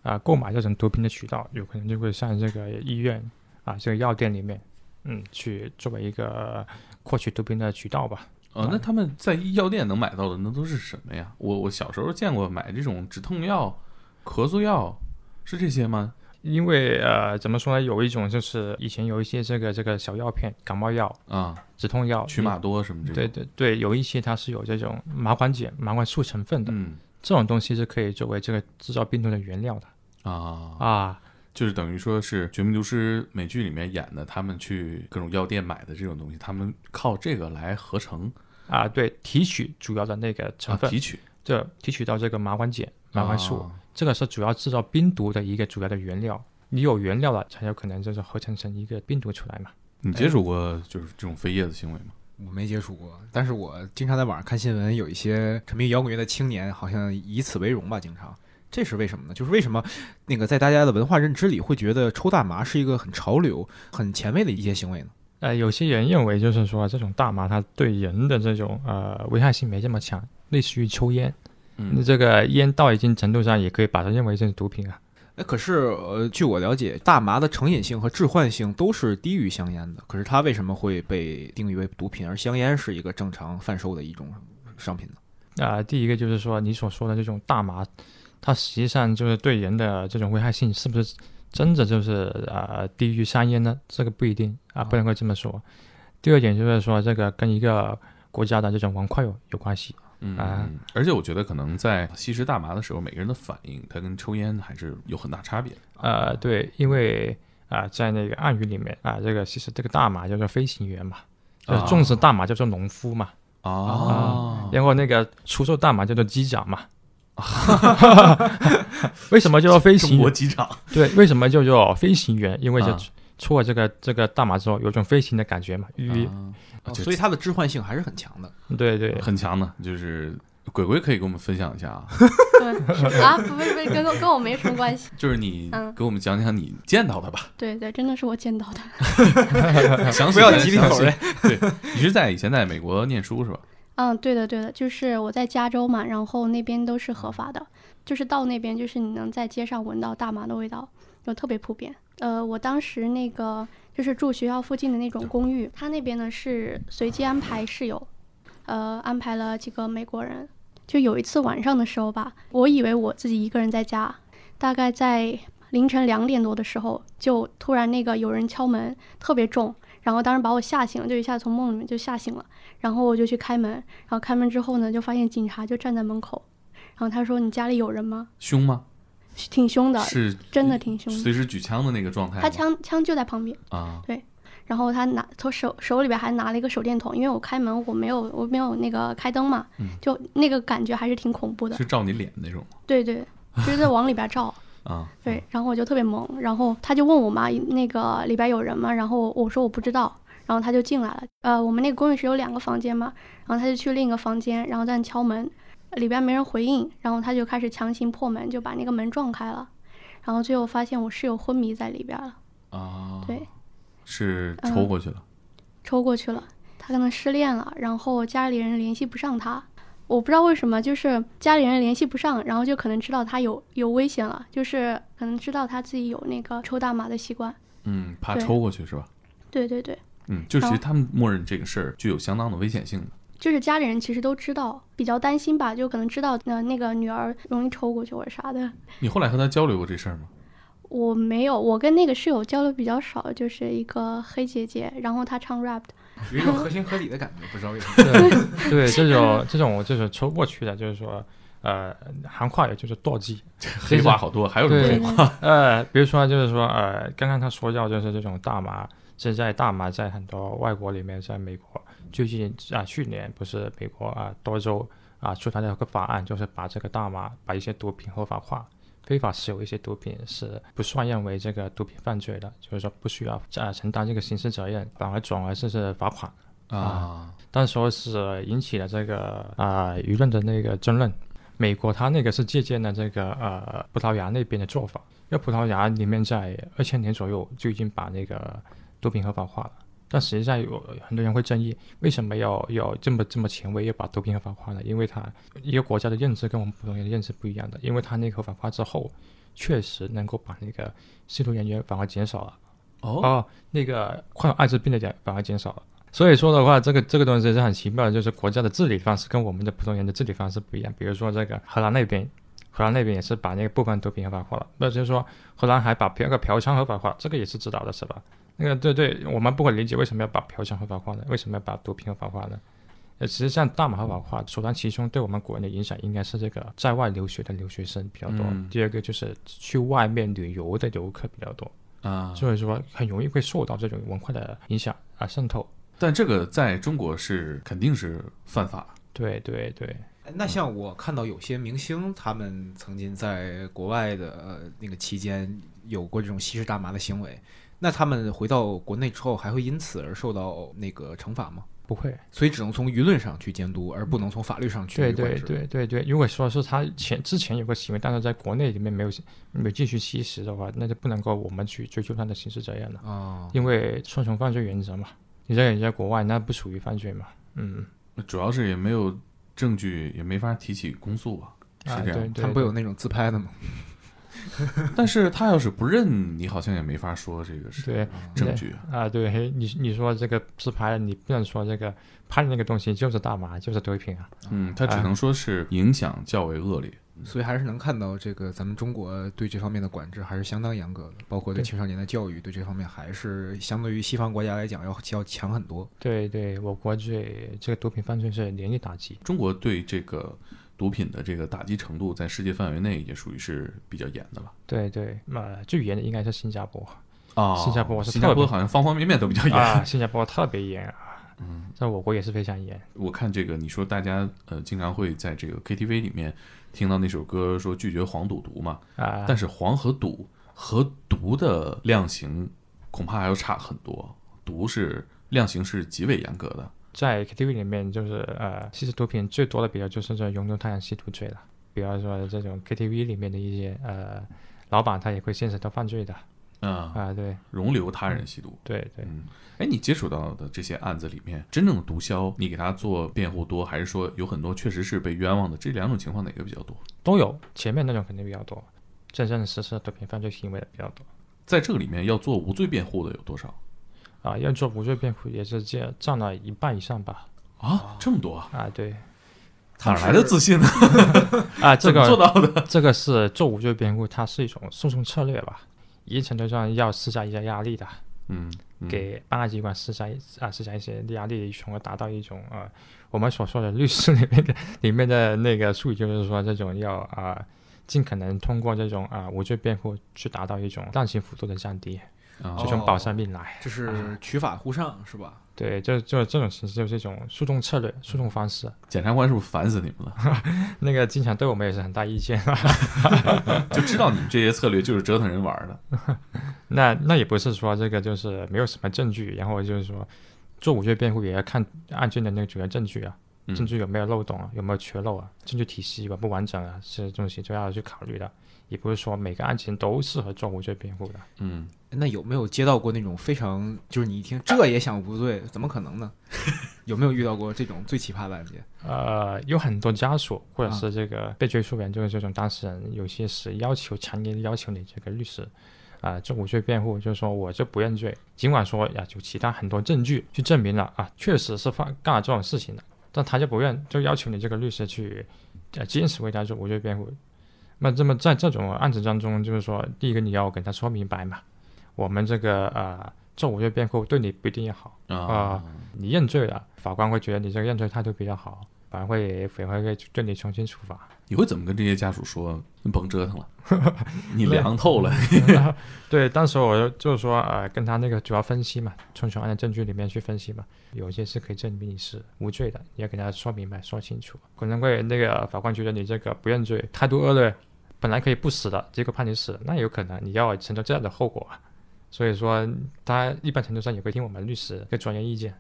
Speaker 2: 呃购买这种毒品的渠道，有可能就会上这个医院啊这个药店里面，嗯，去作为一个呃获取毒品的渠道吧。
Speaker 1: 哦，那他们在药店能买到的那都是什么呀？我我小时候见过买这种止痛药、咳嗽药，是这些吗？
Speaker 2: 因为呃怎么说呢，有一种就是以前有一些这个这个小药片，感冒药、
Speaker 1: 啊，
Speaker 2: 止痛药、
Speaker 1: 曲马多什么这种？
Speaker 2: 对，对对，有一些它是有这种麻黄碱、麻黄素成分的，
Speaker 1: 嗯
Speaker 2: 这种东西是可以作为这个制造病毒的原料的
Speaker 1: 啊，
Speaker 2: 啊。
Speaker 1: 就是等于说是《绝命毒师》美剧里面演的，他们去各种药店买的这种东西，他们靠这个来合成
Speaker 2: 啊，对，提取主要的那个成
Speaker 1: 啊
Speaker 2: 分，
Speaker 1: 提取
Speaker 2: 这提取到这个麻黄碱、麻黄素，
Speaker 1: 啊
Speaker 2: 这个是主要制造病毒的一个主要的原料。你有原料了，才有可能就是合成成一个病毒出来嘛。
Speaker 1: 你接触过就是这种飞叶的行为吗？
Speaker 3: 我没接触过，但是我经常在网上看新闻，有一些沉迷摇滚乐的青年，好像以此为荣吧，经常。这是为什么呢？就是为什么那个在大家的文化认知里会觉得抽大麻是一个很潮流、很前卫的一些行为呢？
Speaker 2: 呃，有些人认为就是说这种大麻它对人的这种呃危害性没这么强，类似于抽烟，那
Speaker 1: 嗯，
Speaker 2: 这个烟到一定程度上也可以把它认为这是毒品啊。
Speaker 3: 哎，可是呃，据我了解，大麻的成瘾性和致幻性都是低于香烟的。可是它为什么会被定义为毒品，而香烟是一个正常贩售的一种商品呢？
Speaker 2: 啊、第一个就是说你所说的这种大麻，它实际上就是对人的这种危害性是不是真的就是呃低于香烟呢？这个不一定啊、不能够这么说。第二点就是说这个跟一个国家的这种文化有有关系
Speaker 1: 嗯
Speaker 2: 啊
Speaker 1: 嗯而且我觉得可能在吸食大麻的时候，每个人的反应，它跟抽烟还是有很大差别的。
Speaker 2: 呃，对，因为啊、在那个暗语里面啊、这个其实这个大麻叫做飞行员嘛，就是种植大麻叫做农夫嘛，啊
Speaker 1: 哦，
Speaker 2: 然后那个出售大麻叫做机长
Speaker 1: [laughs]
Speaker 2: 嘛。 [laughs] 为什么叫做飞行
Speaker 1: 中
Speaker 2: 员
Speaker 1: 国？机场
Speaker 2: 对，为什么叫做飞行员？因为这
Speaker 1: 啊
Speaker 2: 抽了这个这个大麻之后，有一种飞行的感觉嘛，余力。
Speaker 1: 啊
Speaker 6: 哦
Speaker 1: 就
Speaker 6: 所以它的置换性还是很强的。
Speaker 1: [laughs]
Speaker 2: 对对，
Speaker 1: 很强的，就是鬼鬼可以给我们分享一下啊，
Speaker 5: [laughs]
Speaker 1: [laughs]
Speaker 5: 对啊，不是不是，跟我跟我没什么关系。
Speaker 1: 就是你
Speaker 5: 嗯
Speaker 1: 给我们讲讲你见到的吧，
Speaker 5: 对对，真的是我见到的。
Speaker 1: 详细
Speaker 6: 不要极力否认。
Speaker 1: 对，你是在以前在美国念书是吧？
Speaker 5: 嗯，对的对的，就是我在加州嘛，然后那边都是合法的，就是到那边就是你能在街上闻到大麻的味道，就特别普遍。呃，我当时那个就是住学校附近的那种公寓，他那边呢是随机安排室友，呃，安排了几个美国人。就有一次晚上的时候吧，我以为我自己一个人在家，大概在凌晨两点多的时候，就突然那个有人敲门，特别重，然后当时把我吓醒了，就一下从梦里面就吓醒了。然后我就去开门，然后开门之后呢，就发现警察就站在门口，然后他说：“你家里有人吗
Speaker 1: 凶吗？？”
Speaker 5: 挺凶的，
Speaker 1: 是
Speaker 5: 真的挺凶的。
Speaker 1: 随时举枪的那个状态吗？
Speaker 5: 他枪枪就在旁边，
Speaker 1: 啊，
Speaker 5: 然后他拿从手手里边还拿了一个手电筒，因为我开门我没有我没有那个开灯嘛，
Speaker 1: 嗯
Speaker 5: 就那个感觉还是挺恐怖的。
Speaker 1: 是照你脸那种吗
Speaker 5: 对对，就是在往里边照。
Speaker 1: 啊，
Speaker 5: 对，然后我就特别懵，然后他就问我妈那个里边有人吗？然后我说我不知道，然后他就进来了。呃，我们那个公寓是有两个房间嘛，然后他就去另一个房间，然后在那敲门，里边没人回应，然后他就开始强行破门，就把那个门撞开了，然后最后发现我室友昏迷在里边了，
Speaker 1: 啊，
Speaker 5: 对，
Speaker 1: 是抽过去了，
Speaker 5: 抽过去了。他可能失恋了，然后家里人联系不上他，我不知道为什么，就是家里人联系不上，然后就可能知道他有有危险了，就是可能知道他自己有那个抽大麻的习惯。
Speaker 1: 嗯，怕
Speaker 5: 对
Speaker 1: 抽过去是吧？
Speaker 5: 对对对。
Speaker 1: 嗯，就是其
Speaker 5: 然
Speaker 1: 实
Speaker 5: 后
Speaker 1: 他们默认这个事儿具有相当的危险性的。
Speaker 5: 就是家里人其实都知道，比较担心吧，就可能知道呃那个女儿容易抽过去或者啥的。
Speaker 1: 你后来和他交流过这事儿吗？
Speaker 5: 我没有，我跟那个室友交流比较少，就是一个黑姐姐，然后她唱 rap 的，
Speaker 6: [laughs] 有一种合情合理的感觉，不知道为什么。
Speaker 2: 对对，这种这种就是抽过去的，就是说，呃，行话也就是舵机，
Speaker 1: [laughs] 黑话好多，还有什么
Speaker 2: 对
Speaker 5: 对
Speaker 1: 黑
Speaker 5: 对
Speaker 1: 话？
Speaker 2: 呃，比如说就是说，呃，刚刚他说到就是这种大麻，现在大麻在很多外国里面，在美国最近啊，去年不是美国啊多州啊出台了个法案，就是把这个大麻把一些毒品合法化。非法持有一些毒品是不算认为这个毒品犯罪的，就是说不需要呃承担这个刑事责任，反而转而是是罚款。
Speaker 1: 啊，
Speaker 2: 当时候是引起了这个啊、呃舆论的那个争论。美国它那个是借鉴了这个呃葡萄牙那边的做法，因为葡萄牙里面在二千年左右就已经把那个毒品合法化了。但实际上有很多人会争议，为什么要要这么这么前卫，要把毒品合法化呢？因为它一个国家的认知跟我们普通人的认知不一样的，因为它那个合法化之后，确实能够把那个吸毒人员反而减少了。
Speaker 1: 哦，
Speaker 2: 哦，那个患有艾滋病的人反而减少了。所以说的话，这个这个东西是很奇妙的，就是国家的治理方式跟我们的普通人的治理方式不一样。比如说这个荷兰那边，荷兰那边也是把那个部分毒品合法化了，那就是说荷兰还把嫖个嫖娼合法化，这个也是知道的，是吧？那个对对，我们不可理解为什么要把嫖娼合法化呢？为什么要把毒品合法化呢？呃，实际上大麻合法化首当其冲对我们国人的影响应该是这个在外留学的留学生比较多，
Speaker 1: 嗯
Speaker 2: 第二个就是去外面旅游的游客比较多。
Speaker 1: 啊，
Speaker 2: 所以说很容易会受到这种文化的影响啊渗透。
Speaker 1: 但这个在中国是肯定是犯法。
Speaker 2: 对对对，
Speaker 6: 哎那像我看到有些明星，他们曾经在国外的呃那个期间有过这种吸食大麻的行为，那他们回到国内之后，还会因此而受到那个惩罚吗？
Speaker 2: 不会，
Speaker 6: 所以只能从舆论上去监督，而不能从法律上去
Speaker 2: 对
Speaker 6: 管
Speaker 2: 对
Speaker 6: 制。
Speaker 2: 对对对。如果说是他前之前有个行为，但是在国内里面没有没有继续吸食的话，那就不能够我们去追究他的刑事责任了，
Speaker 6: 哦，
Speaker 2: 因为双重犯罪原则嘛。你在人家国外，那不属于犯罪嘛？嗯，
Speaker 1: 主要是也没有证据，也没法提起公诉啊。 [laughs] 是
Speaker 2: 啊
Speaker 1: 这
Speaker 2: 对
Speaker 1: 样，
Speaker 2: 对
Speaker 6: 他们不有那种自拍的吗？
Speaker 1: 但是他要是不认，你好像也没法说这个是
Speaker 2: 对
Speaker 1: 证据啊。
Speaker 2: 啊，对，嘿你你说这个自拍，你不能说这个拍的那个东西就是大麻，就是毒品啊。
Speaker 1: 嗯，他只能说是影响较为恶劣。
Speaker 6: 所以还是能看到这个咱们中国对这方面的管制还是相当严格的，包括对
Speaker 2: 对
Speaker 6: 青少年的教育，对这方面还是相对于西方国家来讲要要强很多。
Speaker 2: 对对，我国对这个毒品犯罪是严厉打击。
Speaker 1: 中国对这个毒品的这个打击程度，在世界范围内也属于是比较严的了。
Speaker 2: 对对，呃，最严的应该是新加坡
Speaker 1: 啊
Speaker 2: 新加坡是
Speaker 1: 新加
Speaker 2: 特
Speaker 1: 坡
Speaker 2: 别
Speaker 1: 好像方方面面都比较严。
Speaker 2: 啊，新加坡特别严啊，
Speaker 1: 嗯，
Speaker 2: 在我国也是非常严。
Speaker 1: [laughs] 我看这个，你说大家呃经常会在这个 KTV 里面听到那首歌说拒绝黄赌毒嘛，
Speaker 2: 啊，
Speaker 1: 但是黄和赌和毒的量刑
Speaker 3: 恐怕还要差很多。毒是量刑是极为严格的，
Speaker 2: 在 KTV 里面，就是呃，吸食毒品最多的比较就是这种用太阳吸毒罪了。比方说这种 KTV 里面的一些呃老板，他也会牵扯到犯罪的啊、
Speaker 3: 嗯，
Speaker 2: 对
Speaker 3: 容留他人吸毒。
Speaker 2: 对对，
Speaker 3: 嗯，哎，你接触到的这些案子里面，真正的毒枭，你给他做辩护多，还是说有很多确实是被冤枉的？这两种情况哪个比较多？
Speaker 2: 都有。前面那种肯定比较多，真正实施毒品犯罪行为的比较多
Speaker 3: 在这个里面要做无罪辩护的有多少
Speaker 2: 啊、要做无罪辩护也是占占了一半以上吧。
Speaker 3: 啊？这么多啊？
Speaker 2: 啊，对
Speaker 3: 哪来的自信呢？
Speaker 2: 啊，这
Speaker 3: 怎么
Speaker 2: 个
Speaker 3: 做到的？
Speaker 2: 这个是做无罪辩护，它是一种诉讼策略吧，一定程度上要施加一些压力的，
Speaker 3: 嗯，嗯
Speaker 2: 给办案机关施加一啊施加一些压力，从而达到一种呃我们所说的律师里面的里面的那个术语，就是说这种要啊、尽可能通过这种啊、无罪辩护去达到一种量刑幅度的降低，
Speaker 3: 啊
Speaker 2: 这种保障命来。
Speaker 6: 这是取法乎上是吧？
Speaker 2: 对，就就这种形式就是一种诉讼策略、诉讼方式。
Speaker 3: 检察官是不是烦死你们了？ [laughs]
Speaker 2: 那个经常对我们也是很大意见。
Speaker 3: 就知道你们这些策略就是折腾人玩的。
Speaker 2: 那那也不是说这个就是没有什么证据，然后就是说做无罪辩护也要看案件的那个主要证据啊，
Speaker 3: 嗯
Speaker 2: 证据有没有漏洞啊，有没有缺漏啊，证据体系完不完整啊，这些东西都要去考虑的。也不是说每个案情都适合做无罪辩护的。
Speaker 3: 嗯，
Speaker 6: 那有没有接到过那种非常就是你一听这也想无罪，怎么可能呢？ [laughs] 有没有遇到过这种最奇葩的案件？
Speaker 2: 呃，有很多家属或者
Speaker 6: 啊
Speaker 2: 是这个被追诉人，就是这种当事人，有些是要求强烈地要求你这个律师，啊、做无罪辩护，就是说我就不认罪，尽管说呀有其他很多证据去证明了啊，确实是犯干了这种事情的，但他就不认，就要求你这个律师去呃坚持为他做无罪辩护。那这么在这种案子当中，就是说，第一个你要跟他说明白嘛，我们这个呃做无罪辩护对你不一定要好。
Speaker 3: 啊
Speaker 2: 啊，你认罪了，法官会觉得你这个认罪态度比较好，反而会法官会对你重新处
Speaker 3: [laughs]
Speaker 2: 罚。
Speaker 3: [laughs] 你会怎么跟这些家属说？你甭折腾
Speaker 6: [laughs]
Speaker 3: 了，你凉透了。 [laughs]
Speaker 2: 对，当时我就就是说，呃，跟他那个主要分析嘛，从全案的证据里面去分析嘛，有一些是可以证明你是无罪的，你要给他说明白、说清楚。可能会那个法官觉得你这个不认罪，态度恶劣，本来可以不死的，结果判你死，那有可能你要承担这样的后果啊。所以说，他一般程度上也会听我们律师的专业意见。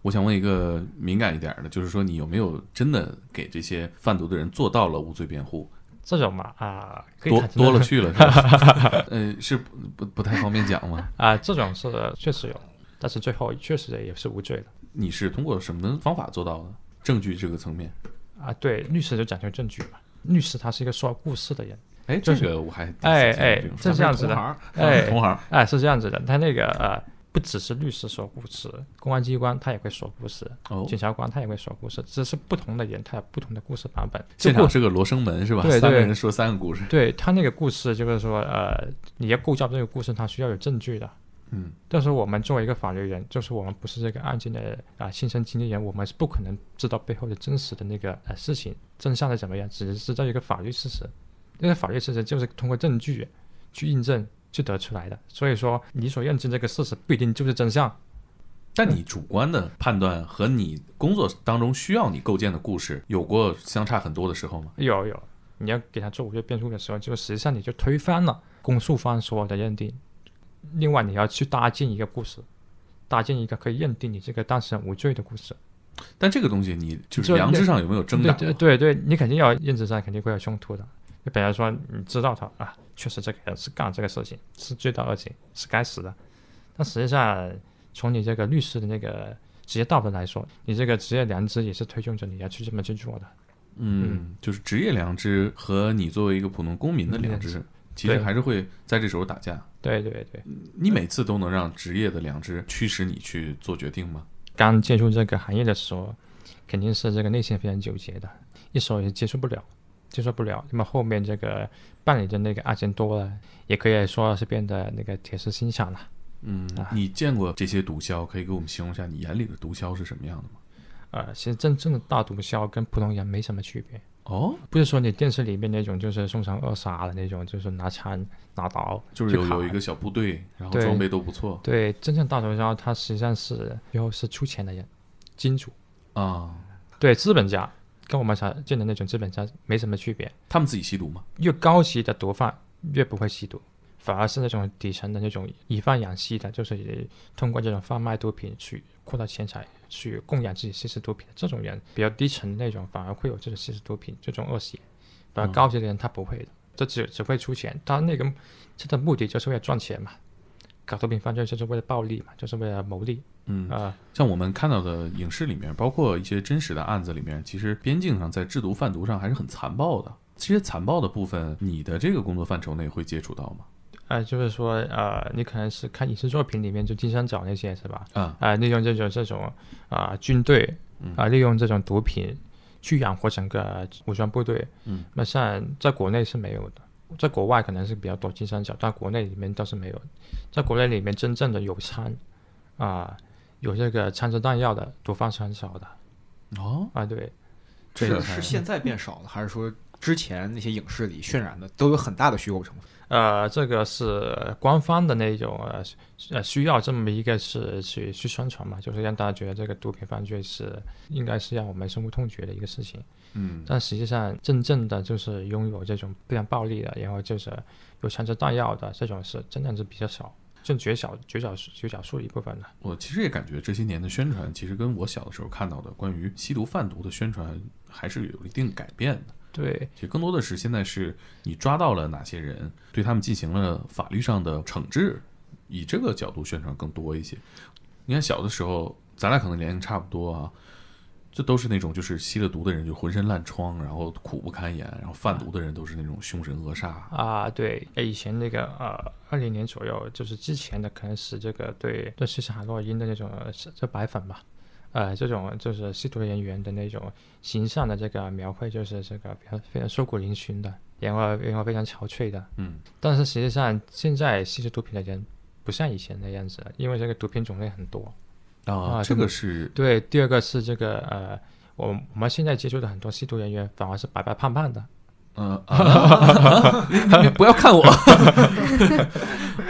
Speaker 3: 我想问一个敏感一点的，就是说你有没有真的给这些贩毒的人做到了无罪辩护？
Speaker 2: 这种嘛啊，可以
Speaker 3: 多
Speaker 2: 谈这
Speaker 3: 多
Speaker 2: 个
Speaker 3: 了去了，是吧？呃，是不不不太方便讲吗？
Speaker 2: 啊、这种是确实有，但是最后确实也是无罪的
Speaker 3: 你是通过什么方法做到的？证据这个层面，
Speaker 2: 啊。对，律师就讲究证据嘛，律师他是一个说故事的人，
Speaker 3: 哎，
Speaker 2: 就
Speaker 3: 这
Speaker 2: 是
Speaker 3: 个我还第一次
Speaker 2: 哎
Speaker 3: 听
Speaker 2: 哎
Speaker 3: 这种，
Speaker 2: 这
Speaker 3: 说法
Speaker 2: 是这样子
Speaker 6: 同
Speaker 2: 的，
Speaker 6: 行儿
Speaker 2: 哎
Speaker 3: 同行，
Speaker 2: 哎是这样子的，他那个呃，不只是律师说故事，公安机关他也会说故事，
Speaker 3: 哦，
Speaker 2: 检察官他也会说故事，只是不同的人他有不同的故事版本。
Speaker 3: 现
Speaker 2: 这故
Speaker 3: 场是个罗生门是吧？
Speaker 2: 对对
Speaker 3: 三个人说三个故事，
Speaker 2: 对他那个故事，就是说，呃，你要构造这个故事，它需要有证据的。
Speaker 3: 嗯，
Speaker 2: 但是我们作为一个法律人，就是我们不是这个案件的啊、亲身经历人，我们是不可能知道背后的真实的那个呃事情真相是怎么样，只是知道一个法律事实。这个法律事实就是通过证据去印证去得出来的。所以说，你所认知这个事实不一定就是真相。
Speaker 3: 但你主观的判断和你工作当中需要你构建的故事有过相差很多的时候吗？
Speaker 2: 有有，你要给他做无罪辩护的时候，就实际上你就推翻了公诉方所有的认定。另外，你要去搭建一个故事，搭建一个可以认定你这个当事人无罪的故事。
Speaker 3: 但这个东西你就是
Speaker 2: 这
Speaker 3: 良知上有没有挣扎
Speaker 2: 对？对对对，你肯定要认知上肯定会有冲突的。就比方说，你知道他啊，确实这个人是干这个事情，是罪大恶极，是该死的。但实际上，从你这个律师的那个职业道德来说，你这个职业良知也是推动着你要去这么去做的。
Speaker 3: 嗯，就是职业良知和你作为一个普通公民的良知，其实
Speaker 2: 对
Speaker 3: 还是会在这时候打架。
Speaker 2: 对对对。
Speaker 3: 你每次都能让职业的良知驱使你去做决定吗？
Speaker 2: 刚接触这个行业的时候，肯定是这个内心非常纠结的，一手也接触不了，接受不了。那么后面这个办理的那个案件多了，也可以说是变得那个铁石心肠了。
Speaker 3: 嗯
Speaker 2: 啊，
Speaker 3: 你见过这些毒枭，可以给我们形容一下你眼里的毒枭是什么样的吗？
Speaker 2: 呃，其实真正的大毒枭跟普通人没什么区别，
Speaker 3: 哦，
Speaker 2: 不是说你电视里面那种就是凶神恶煞的那种，就是拿枪拿刀。
Speaker 3: 就是有
Speaker 2: 去砍
Speaker 3: 有一个小部队，然后
Speaker 2: 对
Speaker 3: 装备都不错
Speaker 2: 对，真正大毒枭他实际上是最后是出钱的人，金主，
Speaker 3: 啊。
Speaker 2: 对资本家，跟我们常见的那种资本家没什么区别。
Speaker 3: 他们自己吸毒吗？
Speaker 2: 越高级的毒贩越不会吸毒，反而是那种底层的那种以贩养吸的，就是通过这种贩卖毒品去扩大钱财，去供养自己吸食毒品的这种人，比较低层的那种，反而会有这种吸食毒品这种恶习。反而高级的人他不会的，这只只会出钱，他那个他的目的就是为了赚钱嘛。搞毒品犯罪就是为了暴利嘛，就是为了牟利
Speaker 3: 嗯，
Speaker 2: 啊、
Speaker 3: 像我们看到的影视里面，包括一些真实的案子里面，其实边境上在制毒贩毒上还是很残暴的。这些残暴的部分，你的这个工作范畴内会接触到吗？
Speaker 2: 呃，就是说，呃，你可能是看影视作品里面就金三角那些是吧？
Speaker 3: 啊、
Speaker 2: 呃，利用这种这种啊、军队
Speaker 3: 嗯
Speaker 2: 啊、利用这种毒品去养活整个武装部队。
Speaker 3: 嗯，
Speaker 2: 那像在国内是没有的，在国外可能是比较多金三角，但国内里面倒是没有的。在国内里面真正的有枪啊、有这个枪支弹药的毒贩是很少的啊、
Speaker 3: 哦，
Speaker 2: 对，
Speaker 3: 这个
Speaker 6: 是
Speaker 3: 还
Speaker 6: 是现在变少了，还是说之前那些影视里渲染的都有很大的虚构成分？
Speaker 2: 呃，这个是官方的那种呃呃需要这么一个是去去宣传嘛，就是让大家觉得这个毒品犯罪是应该是让我们深恶痛绝的一个事情。
Speaker 3: 嗯
Speaker 2: 但实际上，真正的就是拥有这种非常暴力的，然后就是有枪支弹药的这种是真正是比较少，就绝少绝少绝少数一部分的。
Speaker 3: 我其实也感觉这些年的宣传，其实跟我小的时候看到的关于吸毒贩毒的宣传还是有一定改变的。
Speaker 2: 对，
Speaker 3: 其实更多的是现在是你抓到了哪些人，对他们进行了法律上的惩治，以这个角度宣传更多一些。你看小的时候，咱俩可能年龄差不多啊，这都是那种就是吸了毒的人就浑身烂疮，然后苦不堪言，然后贩毒的人都是那种凶神恶煞。
Speaker 2: 啊，对，呃以前那个呃，二零年左右，就是之前的可能是这个对对西斯海洛因的那种呃是这白粉吧，呃，这种就是吸毒人员的那种形象的这个描绘，就是这个非常非常瘦骨嶙峋的，然后然后非常憔悴的，
Speaker 3: 嗯，
Speaker 2: 但是实际上现在吸食毒品的人不像以前那样子了，因为这个毒品种类很多，
Speaker 3: 啊，
Speaker 2: 啊
Speaker 3: 这
Speaker 2: 这
Speaker 3: 个
Speaker 2: 么 [laughs]
Speaker 3: 是
Speaker 2: 对，第二个是这个呃，我我们现在接触的很多吸毒人员反而是白白胖胖的，
Speaker 3: 呃，你不要看我。 [laughs]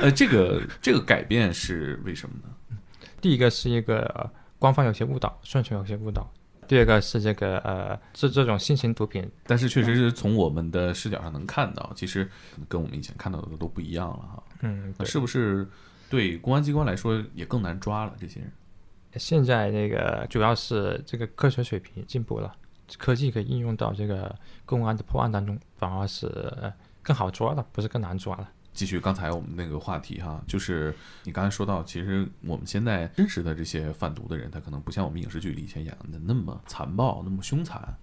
Speaker 3: 呃，这个这个改变是为什么呢？
Speaker 2: 第一个是一个、呃、官方有些误导，宣传有些误导；第二个是这个呃，这这种新型毒品，
Speaker 3: 但是确实是从我们的视角上能看到，其实跟我们以前看到的都不一样了哈。
Speaker 2: 嗯，
Speaker 3: 那
Speaker 2: 对
Speaker 3: 是不是对公安机关来说也更难抓了这些人？
Speaker 2: 现在那个主要是这个科学水平进步了，科技可以应用到这个公安的破案当中，反而是呃更好抓了，不是更难抓了。
Speaker 3: 继续刚才我们那个话题哈，就是你刚才说到，其实我们现在真实的这些贩毒的人，他可能不像我们影视剧里以前演的那么残暴、那么凶残。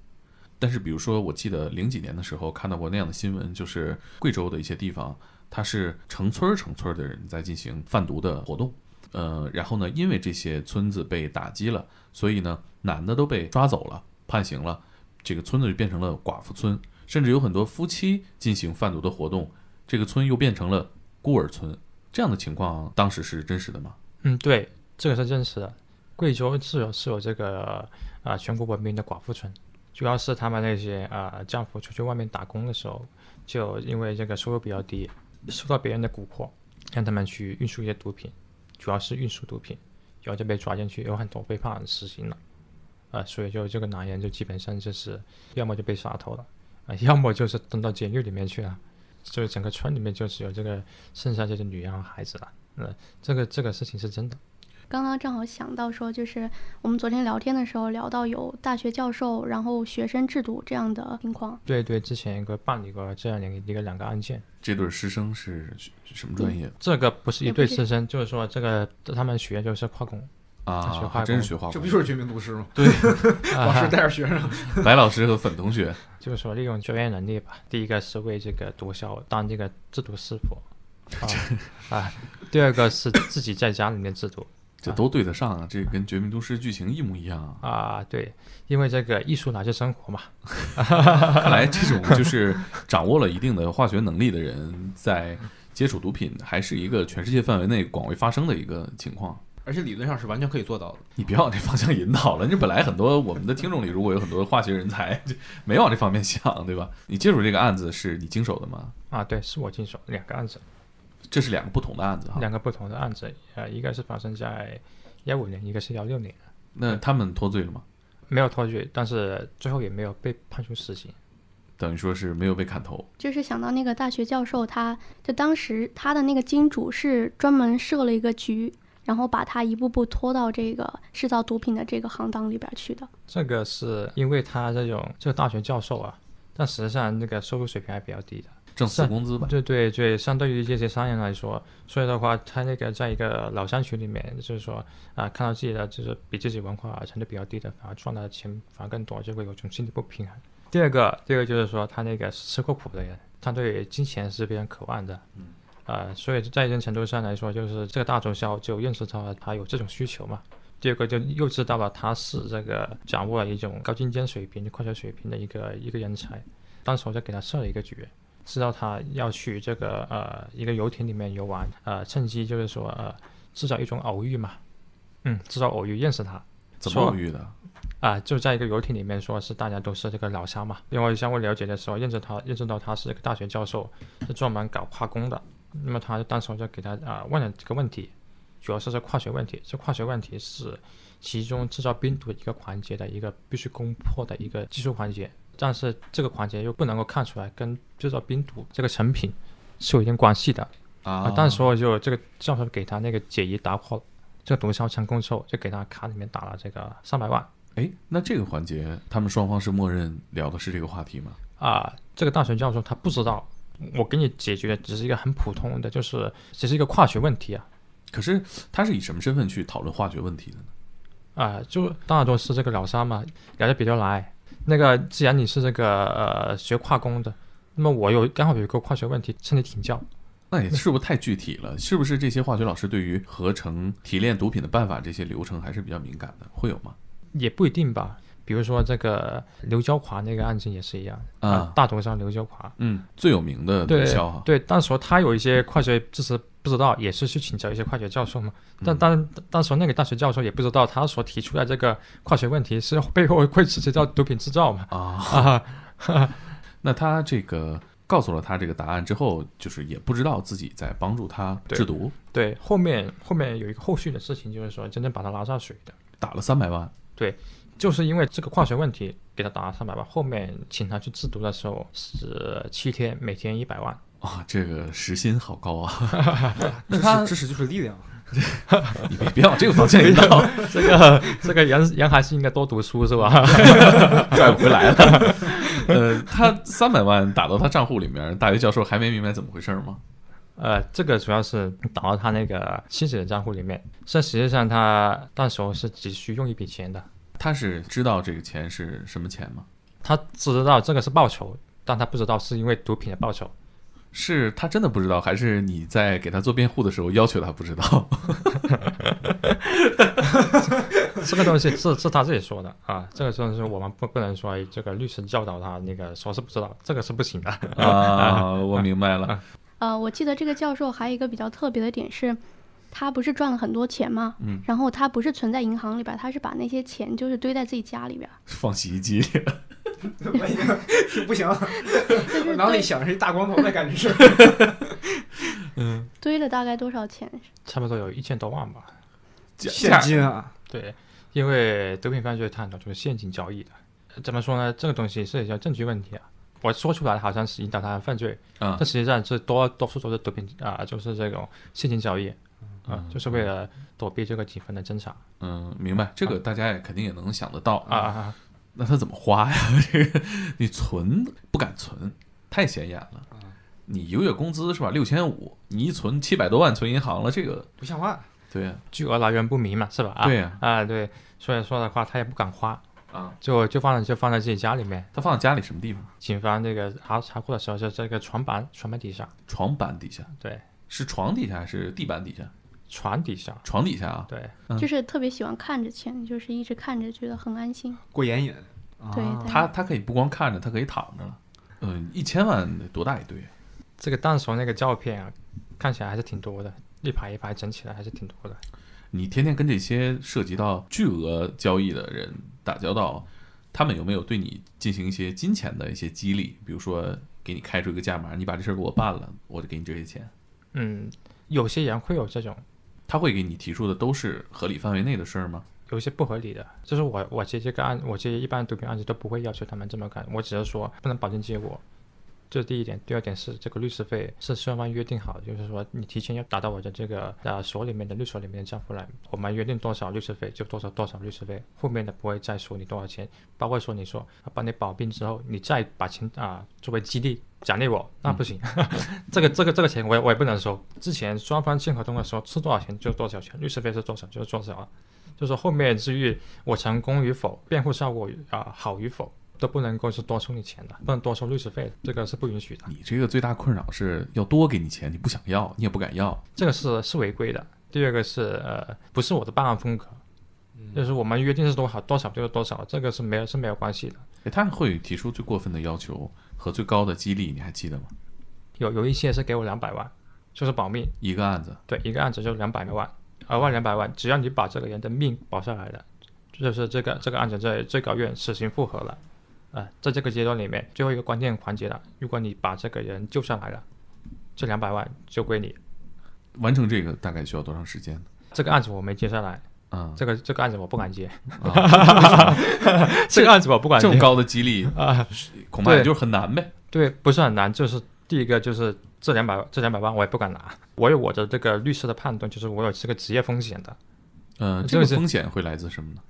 Speaker 3: 但是，比如说，我记得零几年的时候看到过那样的新闻，就是贵州的一些地方，它是成村儿成村儿的人在进行贩毒的活动。呃，然后呢，因为这些村子被打击了，所以呢，男的都被抓走了，判刑了，这个村子就变成了寡妇村，甚至有很多夫妻进行贩毒的活动，这个村又变成了孤儿村，这样的情况当时是真实的吗？
Speaker 2: 嗯，对，这个是真实的。贵州是有是有这个呃全国闻名的寡妇村，主要是他们那些呃丈夫出去外面打工的时候，就因为这个收入比较低，受到别人的蛊惑，让他们去运输一些毒品，主要是运输毒品，然后就被抓进去，有很多被判死刑了，呃，所以就这个男人就基本上就是要么就被杀头了，啊、要么就是蹲到监狱里面去了，所以整个村里面就只有这个剩下这些女人和孩子了，嗯、这个这个事情是真的。
Speaker 5: 刚刚正好想到说，就是我们昨天聊天的时候聊到有大学教授，然后学生制毒这样的情况。
Speaker 2: 对对，之前一个办理过这样两个一个两个案件，
Speaker 3: 这对师生是是什么专业
Speaker 2: 这个不是一
Speaker 5: 也不
Speaker 2: 对
Speaker 5: 是
Speaker 2: 师生，就是说这个他们学就是化工，学
Speaker 3: 啊？
Speaker 2: 化
Speaker 3: 还
Speaker 2: 工
Speaker 3: 真是学化
Speaker 6: 哦这
Speaker 3: 工
Speaker 6: 不，就是绝命毒师吗？老师
Speaker 2: 啊，
Speaker 6: [laughs] 带着学生，
Speaker 3: 白老师和粉同学
Speaker 2: [laughs] 就是说利用专业能力吧。第一个是为这个毒枭当这个制毒师傅，
Speaker 3: [laughs]
Speaker 2: 啊啊，第二个是自己在家里面制毒
Speaker 3: 这都对得上啊，这跟《绝命毒师》剧情一模一样啊。
Speaker 2: 啊，对，因为这个艺术来自生活嘛，
Speaker 3: 看来这种就是掌握了一定的化学能力的人，在接触毒品还是一个全世界范围内广为发生的一个情况。
Speaker 6: 而且理论上是完全可以做到的。
Speaker 3: 你别往这方向引导了。你本来很多我们的听众里，如果有很多化学人才，就没往这方面想，对吧？你接触这个案子是你经手的吗？
Speaker 2: 啊，对，是我经手两个案子，
Speaker 3: 这是两个不同的案子哈。
Speaker 2: 两个不同的案子，呃，一个是发生在幺五年，一个是幺六年，
Speaker 3: 那他们脱罪了吗？
Speaker 2: 没有脱罪，但是最后也没有被判处死刑。
Speaker 3: 等于说是没有被砍头。
Speaker 5: 就是想到那个大学教授他，就当时他的那个金主是专门设了一个局，然后把他一步步拖到这个制造毒品的这个行当里边去的。
Speaker 2: 这个是因为他这种这个大学教授啊，但实际上那个收入水平还比较低的。
Speaker 3: 挣死工资吧，
Speaker 2: 对对对，相对于这些商人来说，所以的话，他那个在一个老山区里面，就是说啊、看到自己的就是比自己文化程度比较低的，反而赚到的钱反而更多，就会有一种心理不平衡。第二个，第二个就是说，他那个吃过苦的人，他对金钱是非常渴望的，嗯，呃，所以在一定程度上来说，就是这个大直销就认识到了他有这种需求嘛。第二个就又知道了他是这个掌握了一种高精尖水平、快速水平的一个一个人才，当时我就给他设了一个局，知道他要去这个呃一个游艇里面游玩，呃，趁机就是说呃制造一种偶遇嘛，嗯，制造偶遇认识他啊、
Speaker 3: 怎么偶遇的？
Speaker 2: 就在一个游艇里面说是大家都是这个老乡嘛，因为相互了解的时候认识他，认识到他是一个大学教授，是专门搞化工的，那么他当时我就给他啊、呃问了这个问题，主要是这化学问题，这化学问题是其中制造冰毒一个环节的一个必须攻破的一个技术环节，但是这个环节又不能够看出来跟制造冰毒这个成品是有一定关系的啊。但是我就这个教授给他那个解疑答惑，这个毒枭成功之后，就给他卡里面打了这个三百万
Speaker 3: 哎，那这个环节，他们双方是默认聊的是这个话题吗？
Speaker 2: 啊。这个大学教授他不知道，我给你解决的只是一个很普通的，就是只是一个化学问题啊。
Speaker 3: 可是他是以什么身份去讨论化学问题的呢？
Speaker 2: 啊、就大家都是这个老三嘛，聊得比较来。那个，既然你是这个呃学化工的，那么我有刚好有一个化学问题，趁你请教。
Speaker 3: 那也哎是不是太具体了？是不是这些化学老师对于合成提炼毒品的办法这些流程还是比较敏感的？会有吗？
Speaker 2: 也不一定吧。比如说这个刘娇华那个案件也是一样
Speaker 3: 啊
Speaker 2: 大头上刘娇华，
Speaker 3: 嗯，最有名的毒
Speaker 2: 对
Speaker 3: 枭哈，
Speaker 2: 对，当时他有一些化学知识不知道，也是去请教一些化学教授嘛。但当当时那个大学教授也不知道，他所提出的这个化学问题是背后会涉及到毒品制造嘛？
Speaker 3: 啊，
Speaker 2: 啊，
Speaker 3: [laughs] 那他这个告诉了他这个答案之后，就是也不知道自己在帮助他
Speaker 2: 对
Speaker 3: 制毒，
Speaker 2: 对，后面后面有一个后续的事情，就是说真正把他拉上水的，
Speaker 3: 打了三百万，
Speaker 2: 就是因为这个化学问题给他打了三百万，后面请他去制毒的时候是七天，每天一百万。
Speaker 3: 啊，这个时薪好高 [laughs] 啊！
Speaker 6: 那
Speaker 3: 他
Speaker 6: 知识就是力量，
Speaker 3: 你别别往这个方向引导，
Speaker 2: 这个这个 [laughs] 人人还是应该多读书是吧？
Speaker 3: 拽不回来了。呃，他三百万打到他账户里面，大学教授还没明白怎么回事吗？
Speaker 2: 呃，这个主要是打到他那个妻子的账户里面，但实际上他那时候是急需用一笔钱的，
Speaker 3: 他是知道这个钱是什么钱吗？
Speaker 2: 他知道这个是报酬，但他不知道是因为毒品的报酬。
Speaker 3: 是他真的不知道，还是你在给他做辩护的时候要求他不知道？
Speaker 2: 这个东西是是他自己说的啊，这个真的是我们不不能说这个律师教导他那个说是不知道，这个是不行的。
Speaker 3: 啊，我明白了。
Speaker 5: 呃，我记得这个教授还有一个比较特别的点是，他不是赚了很多钱嘛，
Speaker 3: 嗯
Speaker 5: 然后他不是存在银行里边，他是把那些钱就是堆在自己家里边，
Speaker 3: 放洗衣机里了，
Speaker 6: 我已经不行了，
Speaker 5: 就是
Speaker 6: [laughs] 我脑里
Speaker 5: 堆
Speaker 6: 想是一大光头在干这事儿。
Speaker 5: 堆了大概多少钱？
Speaker 2: 差不多有一千多万吧。
Speaker 6: 现金啊，
Speaker 2: 对，因为毒品犯罪探讨就是现金交易的，呃怎么说呢？这个东西涉及到证据问题啊。我说出来好像是引导他的犯罪，
Speaker 3: 啊
Speaker 2: 但实际上是多多数都是毒品啊、就是这种现金交易啊、就是为了躲避这个积分的侦查
Speaker 3: 嗯，明白。这个大家也肯定也能想得到
Speaker 2: 啊。啊。
Speaker 3: 那他怎么花呀？ [laughs] 这个你存不敢存，太显眼了。你一个月工资是吧？六千五，你一存七百多万存银行了，这个
Speaker 6: [laughs] 不像话。
Speaker 3: 对呀、
Speaker 2: 巨额来源不明嘛，是吧？啊，
Speaker 3: 对呀、
Speaker 2: 啊，对，所以说的话，他也不敢花，
Speaker 3: 啊，
Speaker 2: 就就放就放在自己家里面。
Speaker 3: 他放在家里什么地方？
Speaker 2: 警方这个查查获的时候，是这个床板床板底下，
Speaker 3: 床板底下，
Speaker 2: 对，
Speaker 3: 是床底下还是地板底下？
Speaker 2: 床底下，
Speaker 3: 床底下啊，
Speaker 2: 对，
Speaker 3: 嗯
Speaker 5: 就是特别喜欢看着钱，就是一直看着觉得很安心。
Speaker 6: 过眼瘾，
Speaker 5: 对，
Speaker 6: 啊
Speaker 5: 对
Speaker 3: 他他可以不光看着，他可以躺着了。嗯，一千万得多大一堆啊？
Speaker 2: 这个当时那个照片啊，看起来还是挺多的，一排一排整起来还是挺多的。
Speaker 3: 你天天跟这些涉及到巨额交易的人打交道，他们有没有对你进行一些金钱的一些激励？比如说给你开出一个价码，你把这事儿给我办了，我就给你这些钱。
Speaker 2: 嗯，有些人会有这种，
Speaker 3: 他会给你提出的都是合理范围内的事儿吗？
Speaker 2: 有一些不合理的。就是我我接这个案，我接一般毒品案子都不会要求他们这么干，我只是说不能保证结果。这是第一点，第二点是这个律师费是双方约定好的，就是说你提前要打到我的这个呃所里面的律所里面的账户来，我们约定多少律师费就多少多少律师费，后面的不会再说你多少钱，包括说你说啊帮你保病之后，你再把钱啊、作为激励奖励我，那不行， [laughs] 这个这个这个钱我也我也不能收。之前双方签合同的时候是多少钱就多少钱，律师费是多少就是多少啊，就是说后面至于我成功与否，辩护效果啊、好与否。都不能够是多收你钱的，不能多收律师费的，这个是不允许的。
Speaker 3: 你这个最大困扰是要多给你钱，你不想要，你也不敢要。
Speaker 2: 这个是是违规的。第二个是呃，不是我的办案风格，就是我们约定是多少多少就是多少，这个是没有是没有关系的。
Speaker 3: 哎，他会提出最过分的要求和最高的激励，你还记得吗？
Speaker 2: 有有一些是给我两百万，就是保命，
Speaker 3: 一个案子，
Speaker 2: 对，一个案子就两百万，额外两百万，只要你把这个人的命保下来了，就是这个这个案子在最高院死刑复核了。啊，在这个阶段里面，最后一个关键环节了。如果你把这个人救上来了，这两百万就归你。
Speaker 3: 完成这个大概需要多长时间呢？
Speaker 2: 这个案子我没接下来，
Speaker 3: 啊、
Speaker 2: 这个这个案子我不敢接，
Speaker 3: 啊
Speaker 2: [laughs] 这个案子我不敢
Speaker 3: 这
Speaker 2: 接
Speaker 3: 么。高的激励，
Speaker 2: 啊，
Speaker 3: 恐怕也
Speaker 2: 对
Speaker 3: 就是很难呗。
Speaker 2: 对，不是很难，就是第一个就是这两百这两百万我也不敢拿，我有我的这个律师的判断，就是我有这个职业风险的。
Speaker 3: 嗯、
Speaker 2: 就
Speaker 3: 这个
Speaker 2: 是
Speaker 3: 风险会来自什么呢？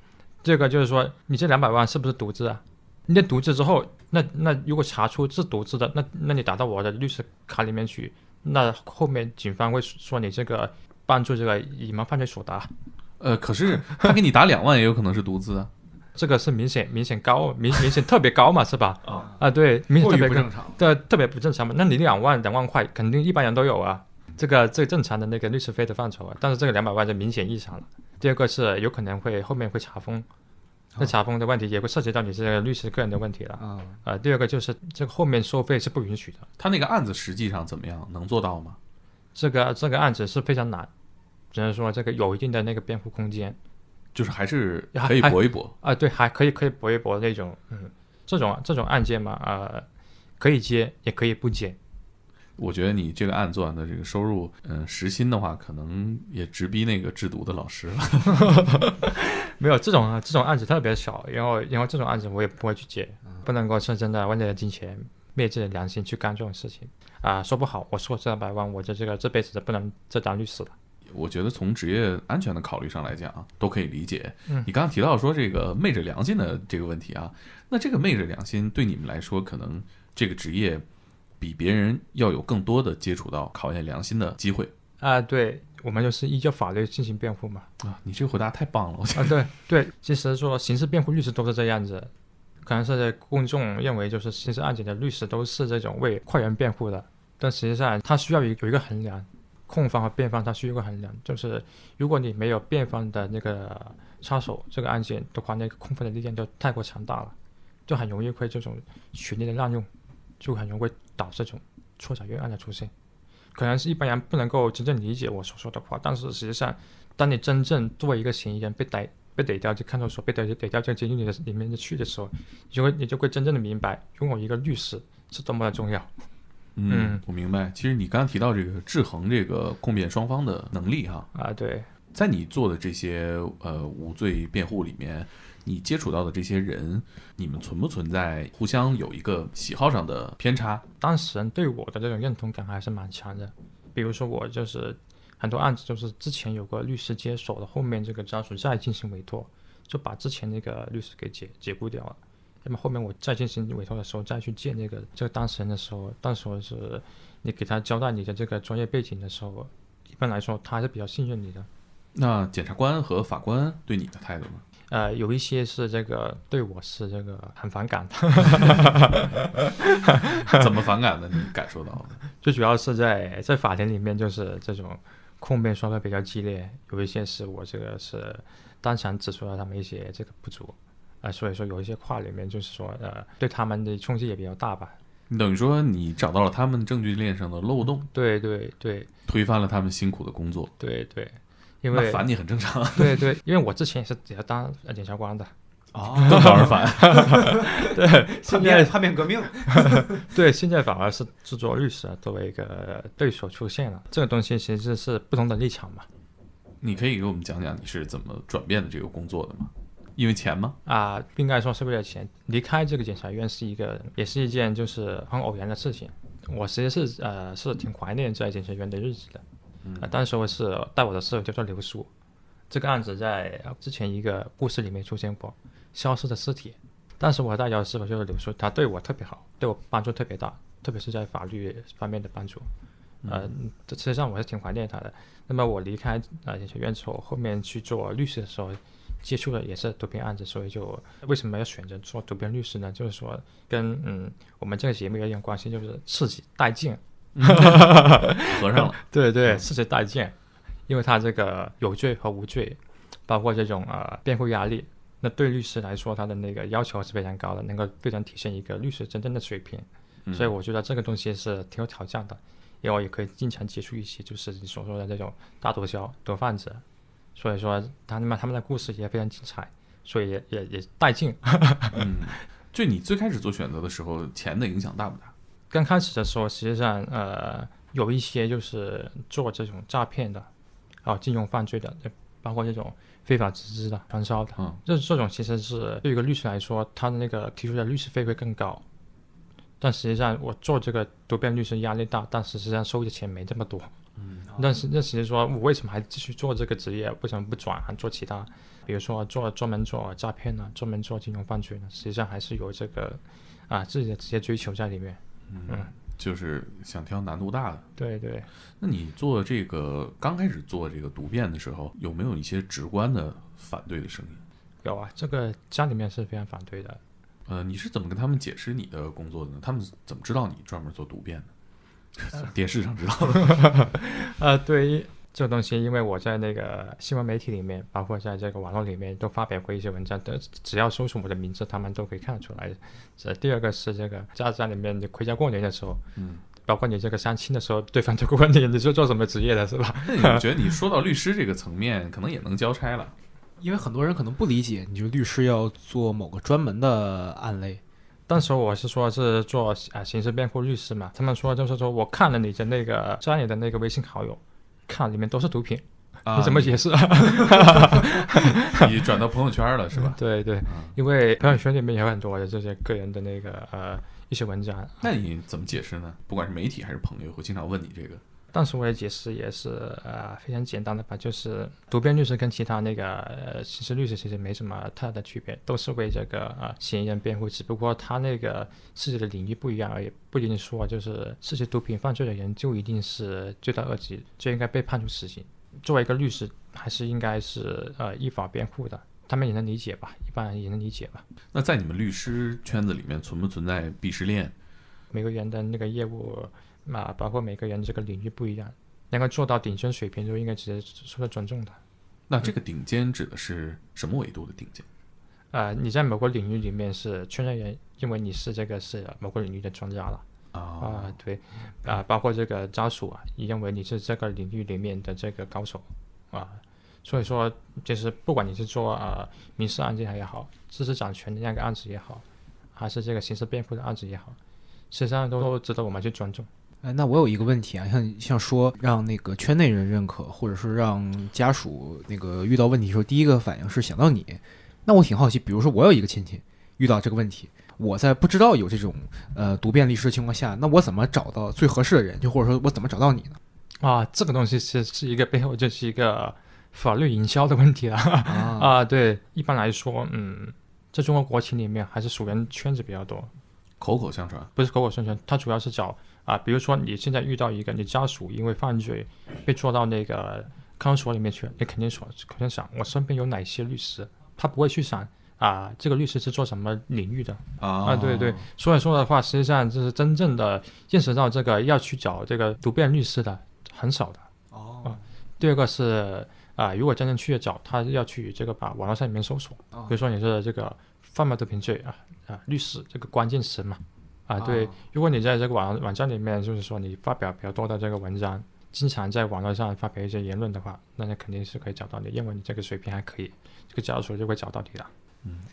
Speaker 2: 这个就是说，你这两百万是不是独资啊？你这独资之后，那那如果查出是独资的，那那你打到我的律师卡里面去，那后面警方会说你这个帮助这个隐瞒犯罪所得，
Speaker 3: 呃，可是他给你打两万，也有可能是独资啊。
Speaker 2: 这个是明显明显高，明明显特别高嘛，是吧？
Speaker 3: 啊
Speaker 2: 啊，对，明显
Speaker 6: 过
Speaker 2: [laughs] 特
Speaker 6: 于
Speaker 2: 别
Speaker 6: 不
Speaker 2: 高。
Speaker 6: 正常。
Speaker 2: 对，特别不正常嘛。那你两万两万块，肯定一般人都有啊，这个最正常的那个律师费的范畴啊。但是这个两百万就明显异常了。第二个是有可能会后面会查封，那查封的问题也会涉及到你这个律师个人的问题了。
Speaker 6: 啊、
Speaker 2: 呃，第二个就是这个后面收费是不允许的，
Speaker 3: 他那个案子实际上怎么样？能做到吗？
Speaker 2: 这个这个案子是非常难，只能说这个有一定的那个辩护空间。
Speaker 3: 就是还是
Speaker 2: 还
Speaker 3: 可以
Speaker 2: 还
Speaker 3: 搏一搏。
Speaker 2: 啊，对，还可以可以搏一搏那种，嗯，这种这种案件嘛，呃，可以接也可以不接，
Speaker 3: 我觉得你这个案做完的这个收入，嗯、时薪的话，可能也直逼那个制毒的老师了。
Speaker 2: 没有这种啊，这种案子特别少，然后然后这种案子我也不会去接，不能够深深的为了金钱灭自己的良心去干这种事情啊、说不好，我说这两百万，我就这个这辈子都不能再当律师了。
Speaker 3: 我觉得从职业安全的考虑上来讲啊，都可以理解。
Speaker 2: 嗯
Speaker 3: 你刚刚提到说这个昧着良心的这个问题啊，那这个昧着良心对你们来说，可能这个职业比别人要有更多的接触到考验良心的机会
Speaker 2: 啊、对，我们就是依照法律进行辩护嘛。
Speaker 3: 啊！你这个回答太棒了，我觉得
Speaker 2: 啊，对对，其实说刑事辩护律师都是这样子，可能是公众认为就是刑事案件的律师都是这种为快人辩护的，但实际上他需要有一有一个衡量，控方和辩方他需要一个衡量，就是如果你没有辩方的那个插手这个案件的话，那个控方的力量就太过强大了，就很容易会这种权力的滥用，就很容易会导致这种错杀冤案的出现。可能是一般人不能够真正理解我所说的话，但是实际上，当你真正作为一个嫌疑人被逮被逮掉，就看守所被逮逮掉这个监狱里的里面去的时候，你就会你就会真正的明白拥有一个律师是多么的重要。
Speaker 3: 嗯
Speaker 2: 嗯，
Speaker 3: 我明白。其实你刚刚提到这个制衡这个控辩双方的能力哈，
Speaker 2: 啊，对，
Speaker 3: 在你做的这些呃无罪辩护里面，你接触到的这些人，你们存不存在互相有一个喜好上的偏差？
Speaker 2: 当事人对我的这种认同感还是蛮强的。比如说我就是很多案子就是之前有个律师接手了，后面这个家属再进行委托，就把之前那个律师给解解雇掉了。那么后面我再进行委托的时候，再去见那个这个当事人的时候，当时我是你给他交代你的这个专业背景的时候，一般来说他还是比较信任你的。
Speaker 3: 那检察官和法官对你的态度呢？
Speaker 2: 呃，有一些是这个对我是这个很反感的， [laughs]
Speaker 3: 怎么反感的？你感受到的？
Speaker 2: 最主要是在在法庭里面就是这种控辩双方比较激烈，有一些是我这个是当场指出了他们一些这个不足，啊、所以说有一些话里面就是说呃对他们的冲击也比较大吧，
Speaker 3: 你等于说你找到了他们证据链上的漏洞，
Speaker 2: 对对对
Speaker 3: 推翻了他们辛苦的工作，
Speaker 2: 对对，因
Speaker 3: 那
Speaker 2: 为
Speaker 3: 烦你很正常
Speaker 2: 对对，因为我之前也是也是当呃检察官的，
Speaker 3: 啊，正常而 [laughs] 反。
Speaker 6: 叛
Speaker 2: [laughs] 现在
Speaker 6: 变叛变革命，
Speaker 2: 对，现在反而是制作律师啊作为一个对手出现了，这个东西其实是不同的立场嘛。
Speaker 3: 你可以给我们讲讲你是怎么转变的这个工作的吗？因为钱吗？
Speaker 2: 啊、不应该说是为了钱离开这个检察院是一个，也是一件就是很偶然的事情。我其实是呃是挺怀念在检察院的日子的，啊、当时我是带我的室友叫做刘叔，这个案子在呃之前一个故事里面出现过，消失的尸体。当时我带姚师傅就是刘叔，他对我特别好，对我帮助特别大，特别是在法律方面的帮助。呃，这实际上我是挺怀念他的。那么我离开呃检察院之后，后面去做律师的时候，接触的也是毒品案子，所以就为什么要选择做毒品律师呢？就是说跟嗯我们这个节目有点关系，就是刺激带劲，
Speaker 3: 合上了，嗯
Speaker 2: [laughs] 对对，刺激带劲，因为他这个有罪和无罪，包括这种呃辩护压力，那对律师来说他的那个要求是非常高的，能够非常体现一个律师真正的水平，
Speaker 3: 嗯
Speaker 2: 所以我觉得这个东西是挺有挑战的，因为我也可以经常接触一些就是你所说的这种大毒枭、毒贩子，所以说他们他们的故事也非常精彩，所以也也也带劲。
Speaker 3: 就你最开始做选择的时候，钱的影响大不大？
Speaker 2: 刚开始的时候，实际上呃有一些就是做这种诈骗的，啊金融犯罪的，呃包括这种非法集资的、传销的，
Speaker 3: 嗯
Speaker 2: 这这种其实是对于一个律师来说，他的那个提出的律师费会更高。但实际上，我做这个多变律师压力大，但实际上收的钱没这么多。嗯，但是那其实说我为什么还继续做这个职业？为什么不转行做其他？比如说做专门做诈骗呢，专门做金融犯罪呢？实际上还是有这个啊自己的职业追求在里面。
Speaker 3: 就是想挑难度大的。
Speaker 2: 对对，
Speaker 3: 那你做这个刚开始做这个毒变的时候，有没有一些直观的反对的声音？
Speaker 2: 有啊，这个家里面是非常反对的。
Speaker 3: 呃，你是怎么跟他们解释你的工作的呢？他们怎么知道你专门做毒变的？电视上知道 [laughs] 的。
Speaker 2: 呃，对于这个东西，因为我在那个新闻媒体里面，包括在这个网络里面都发表过一些文章，都只要搜索我的名字，他们都可以看得出来。这第二个是这个家家里面你回家过年的时候，
Speaker 3: 嗯，
Speaker 2: 包括你这个相亲的时候，对方都会问你你是做什么职业的，是吧？
Speaker 3: 那你觉得你说到律师这个层面，可能也能交差了。
Speaker 6: 因为很多人可能不理解，你就律师要做某个专门的案类，
Speaker 2: [laughs] 当时我是说是做啊、呃刑事辩护律师嘛，他们说就是说我看了你的那个加你的那个微信好友，看里面都是毒品，
Speaker 3: 啊
Speaker 2: 你怎么解释？
Speaker 3: [laughs] 你转到朋友圈了是吧？
Speaker 2: 嗯
Speaker 3: 嗯
Speaker 2: 对对，因为朋友圈里面有很多的这些个人的那个呃一些文
Speaker 6: 嗯
Speaker 2: 章，
Speaker 3: 那你怎么解释呢？不管是媒体还是朋友，会经常问你这个。
Speaker 2: 当时我也解释也是呃非常简单的吧，就是独辩律师跟其他那个呃刑事律师其实没什么太大的区别，都是为这个呃嫌疑人辩护，只不过他那个涉及的领域不一样而已，不一定说就是涉及毒品犯罪的人就一定是罪大恶极，就应该被判处死刑。作为一个律师，还是应该是呃依法辩护的，他们也能理解吧，一般人也能理解吧。
Speaker 3: 那在你们律师圈子里面，存不存在鄙视链？
Speaker 2: 每个人的那个业务啊，包括每个人这个领域不一样，能够做到顶尖水平就应该直接受到尊重的。
Speaker 3: 那这个顶尖指的是什么维度的顶尖？
Speaker 2: 呃，你在某个领域里面是圈内人，因为你是这个是某个领域的专家了啊、
Speaker 3: 啊，
Speaker 2: 对，啊、包括这个家属啊，也认为你是这个领域里面的这个高手啊、所以说就是不管你是做呃民事案件也好，知识产权的那个案子也好，还是这个刑事辩护的案子也好，实际上都值得我们去尊重。
Speaker 6: 哎，那我有一个问题啊，像像说让那个圈内人认可，或者是让家属那个遇到问题的时候，第一个反应是想到你。那我挺好奇，比如说我有一个亲戚遇到这个问题，我在不知道有这种呃读辩律师的情况下，那我怎么找到最合适的人？就或者说我怎么找到你呢？
Speaker 2: 啊，这个东西是是一个背后就是一个法律营销的问题了啊。对，一般来说，嗯，在中国国情里面，还是熟人圈子比较多，
Speaker 3: 口口相传。
Speaker 2: 不是口口相传，它主要是找啊，比如说你现在遇到一个你家属因为犯罪被抓到那个看守所里面去，你肯定说肯定想我身边有哪些律师，他不会去想啊，这个律师是做什么领域的，
Speaker 3: 啊
Speaker 2: 啊，对对，所以说的话，实际上就是真正的认识到这个要去找这个读辩律师的很少的。哦、
Speaker 3: 啊
Speaker 2: 第二个是啊、如果真正去找，他要去这个把网络上里面搜索，比如说你是这个贩卖毒品罪啊啊律师这个关键词嘛，啊对，如果你在这个网网站里面就是说你发表比较多的这个文章，经常在网络上发表一些言论的话，那你肯定是可以找到你，因为你这个水平还可以，这个家属就会找到你了。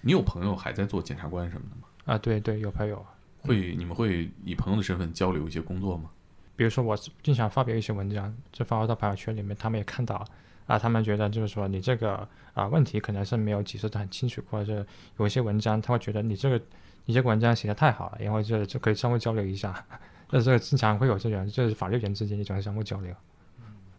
Speaker 3: 你有朋友还在做检察官什么的吗？
Speaker 2: 啊，对对，有朋友。
Speaker 3: 会，你们会以朋友的身份交流一些工作吗？
Speaker 2: 比如说我经常发表一些文章，就发到朋友圈里面，他们也看到啊、啊，他们觉得就是说你这个啊问题可能是没有解释的很清楚，或者是有一些文章他会觉得你这个你这个文章写的太好了，然后就就可以相互交流一下，但是经常会有这种就是法律人之间一种相互交流。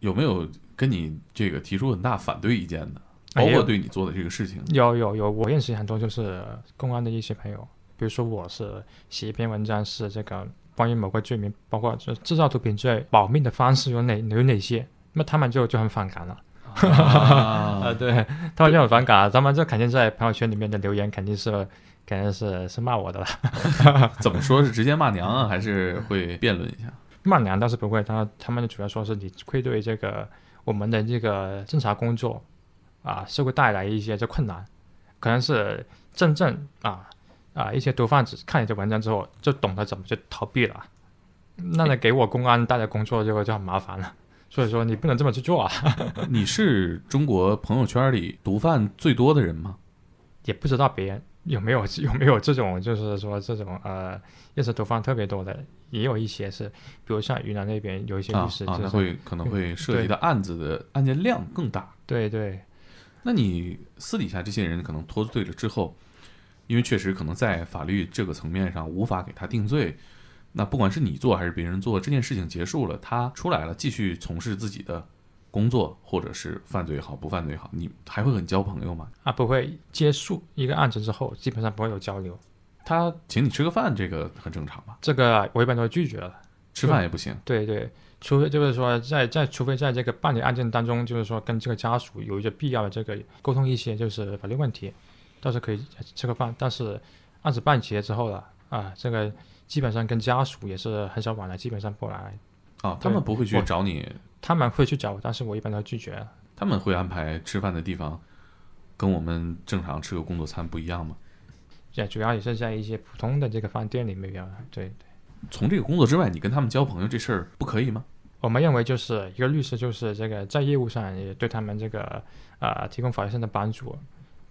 Speaker 3: 有没有跟你这个提出很大反对意见的？
Speaker 2: 哎
Speaker 3: 包
Speaker 2: 也有
Speaker 3: 括对你做的这个事
Speaker 2: [laughs]
Speaker 3: 情，
Speaker 2: 有有有，我认识很多就是公安的一些朋友，比如说我是写一篇文章是这个关于某个罪名，包括这制造毒品罪保密的方式有哪有哪些，那他们就就很反感了。啊、
Speaker 3: 啊，
Speaker 2: 对他们就很反感，啊他们就肯定在朋友圈里面的留言肯定是肯定是是骂我的了。
Speaker 3: 怎么说是直接骂娘啊，还是会辩论一下？
Speaker 2: [laughs] 骂娘倒是不会，他他们主要说是你会对这个我们的这个侦查工作啊，是会带来一些这困难，可能是真正啊啊一些毒贩子看你的文章之后就懂得怎么去逃避了，那你给我公安带来工作就就很麻烦了，所以说你不能这么去做啊，
Speaker 3: 你是中国朋友圈里毒贩最多的人吗？
Speaker 2: 也不知道别人。有没有 [laughs] 有没有这种就是说这种呃认识毒贩特别多的，也有一些是，比如像云南那边有一些
Speaker 3: 啊
Speaker 2: 律师
Speaker 3: 啊，
Speaker 2: 就
Speaker 3: 那
Speaker 2: 是、
Speaker 3: 会可能会涉及的案子的案件量更大。
Speaker 2: 对对
Speaker 3: 那你私底下这些人可能脱罪了之后，因为确实可能在法律这个层面上无法给他定罪，那不管是你做还是别人做，这件事情结束了，他出来了，继续从事自己的工作，或者是犯罪也好，不犯罪也好，你还会很交朋友吗？
Speaker 2: 啊，不会结束一个案子之后，基本上不会有交流。
Speaker 3: 他请你吃个饭，这个很正常吧？
Speaker 2: 这个我一般都会拒绝了。
Speaker 3: 吃饭也不行，
Speaker 2: 对对，除非就是说在在，除非在这个办理案件当中，就是说跟这个家属有一些必要的这个沟通一些就是法律问题，倒是可以吃个饭。但是案子办结之后了啊，这个基本上跟家属也是很少往来，基本上不来。
Speaker 3: 啊，他们
Speaker 2: 对
Speaker 3: 不会去
Speaker 2: 我
Speaker 3: 找你，
Speaker 2: 他们会去找我，但是我一般都拒绝。
Speaker 3: 他们会安排吃饭的地方，跟我们正常吃个工作餐不一样吗？
Speaker 2: 也主要也是在一些普通的这个饭店里面，对
Speaker 3: 从这个工作之外，你跟他们交朋友这事儿不可以吗？
Speaker 2: 我们认为就是一个律师，就是这个在业务上也对他们这个呃提供法律上的帮助，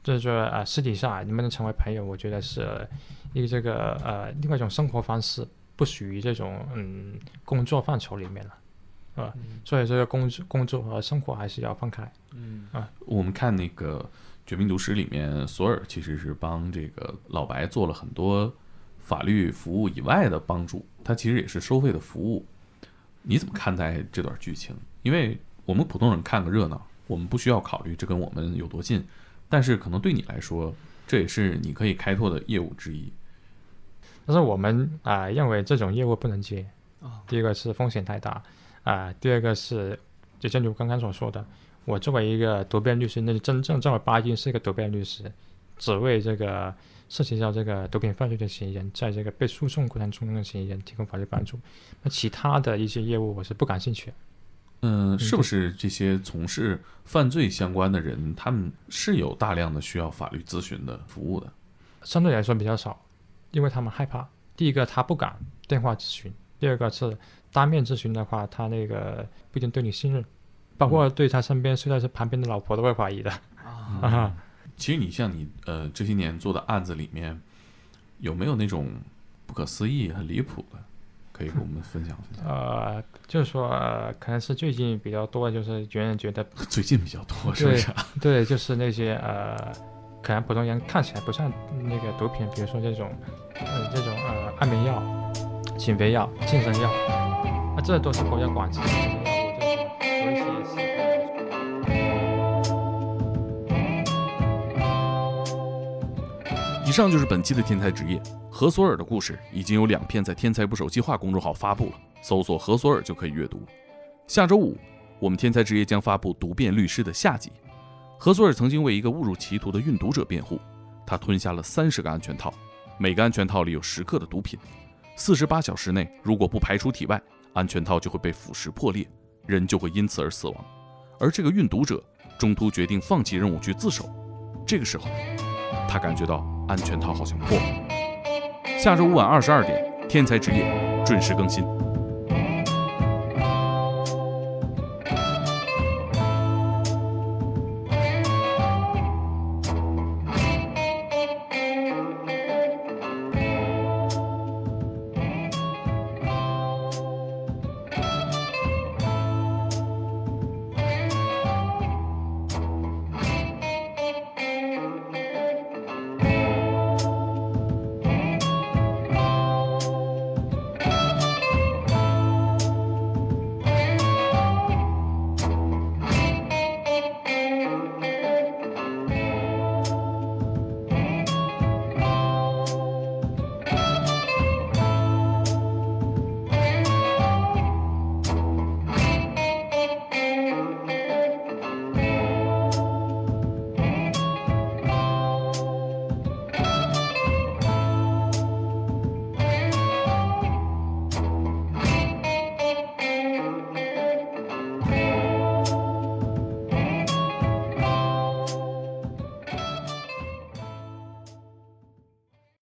Speaker 2: 就是说呃私底下能不能成为朋友，我觉得是一个这个呃另外一种生活方式，不属于这种嗯工作范畴里面了，是吧？所以这个工作工作和生活还是要分开。
Speaker 6: 嗯，
Speaker 3: 我们看那个《绝命毒师》里面，索尔其实是帮这个老白做了很多法律服务以外的帮助，他其实也是收费的服务。你怎么看待这段剧情？因为我们普通人看个热闹，我们不需要考虑这跟我们有多近，但是可能对你来说，这也是你可以开拓的业务之一。
Speaker 2: 但是我们啊、认为这种业务不能接
Speaker 6: 哦，
Speaker 2: 第一个是风险太大，啊、第二个是就正如刚刚所说的，我作为一个独辩律师，那就真正正儿八经是一个独辩律师，只为这个涉及到这个毒品犯罪的嫌疑人，在这个被诉讼过程中的嫌疑人提供法律帮助。那其他的一些业务我是不感兴趣的。
Speaker 3: 嗯，是不
Speaker 2: 对
Speaker 3: 是这些从事犯罪相关的人，他们是有大量的需要法律咨询的服务的？
Speaker 2: 相对来说比较少，因为他们害怕。第一个，他不敢电话咨询；第二个是当面咨询的话，他那个不一定对你信任，包括
Speaker 3: 嗯
Speaker 2: 对他身边睡在旁边的老婆都会怀疑的。啊、
Speaker 3: 其实你像你呃这些年做的案子里面，有没有那种不可思议、很离谱的，可以给我们分享分享？
Speaker 2: 呃，就是说、呃可能是最近比较多，就是有人觉得
Speaker 3: 最近比较多，是不是？
Speaker 2: 对，就是那些呃，可能普通人看起来不像那个毒品，比如说这种，呃，这种呃安眠药、减肥药、健身药，那、这都是国家管制的这种药物，就是说有一些是。
Speaker 1: 以上就是本期的《天才职业》。何索尔的故事已经有两篇在“天才不手计划”公众号发布了，搜索“何索尔”就可以阅读。下周五，我们《天才职业》将发布《毒辩律师》的下集。何索尔曾经为一个误入歧途的运毒者辩护，他吞下了三十个安全套，每个安全套里有十克的毒品。四十八小时内如果不排出体外，安全套就会被腐蚀破裂，人就会因此而死亡。而这个运毒者中途决定放弃任务去自首，这个时候。他感觉到安全套好像破了。下周五晚二十二点，《天才职业》准时更新。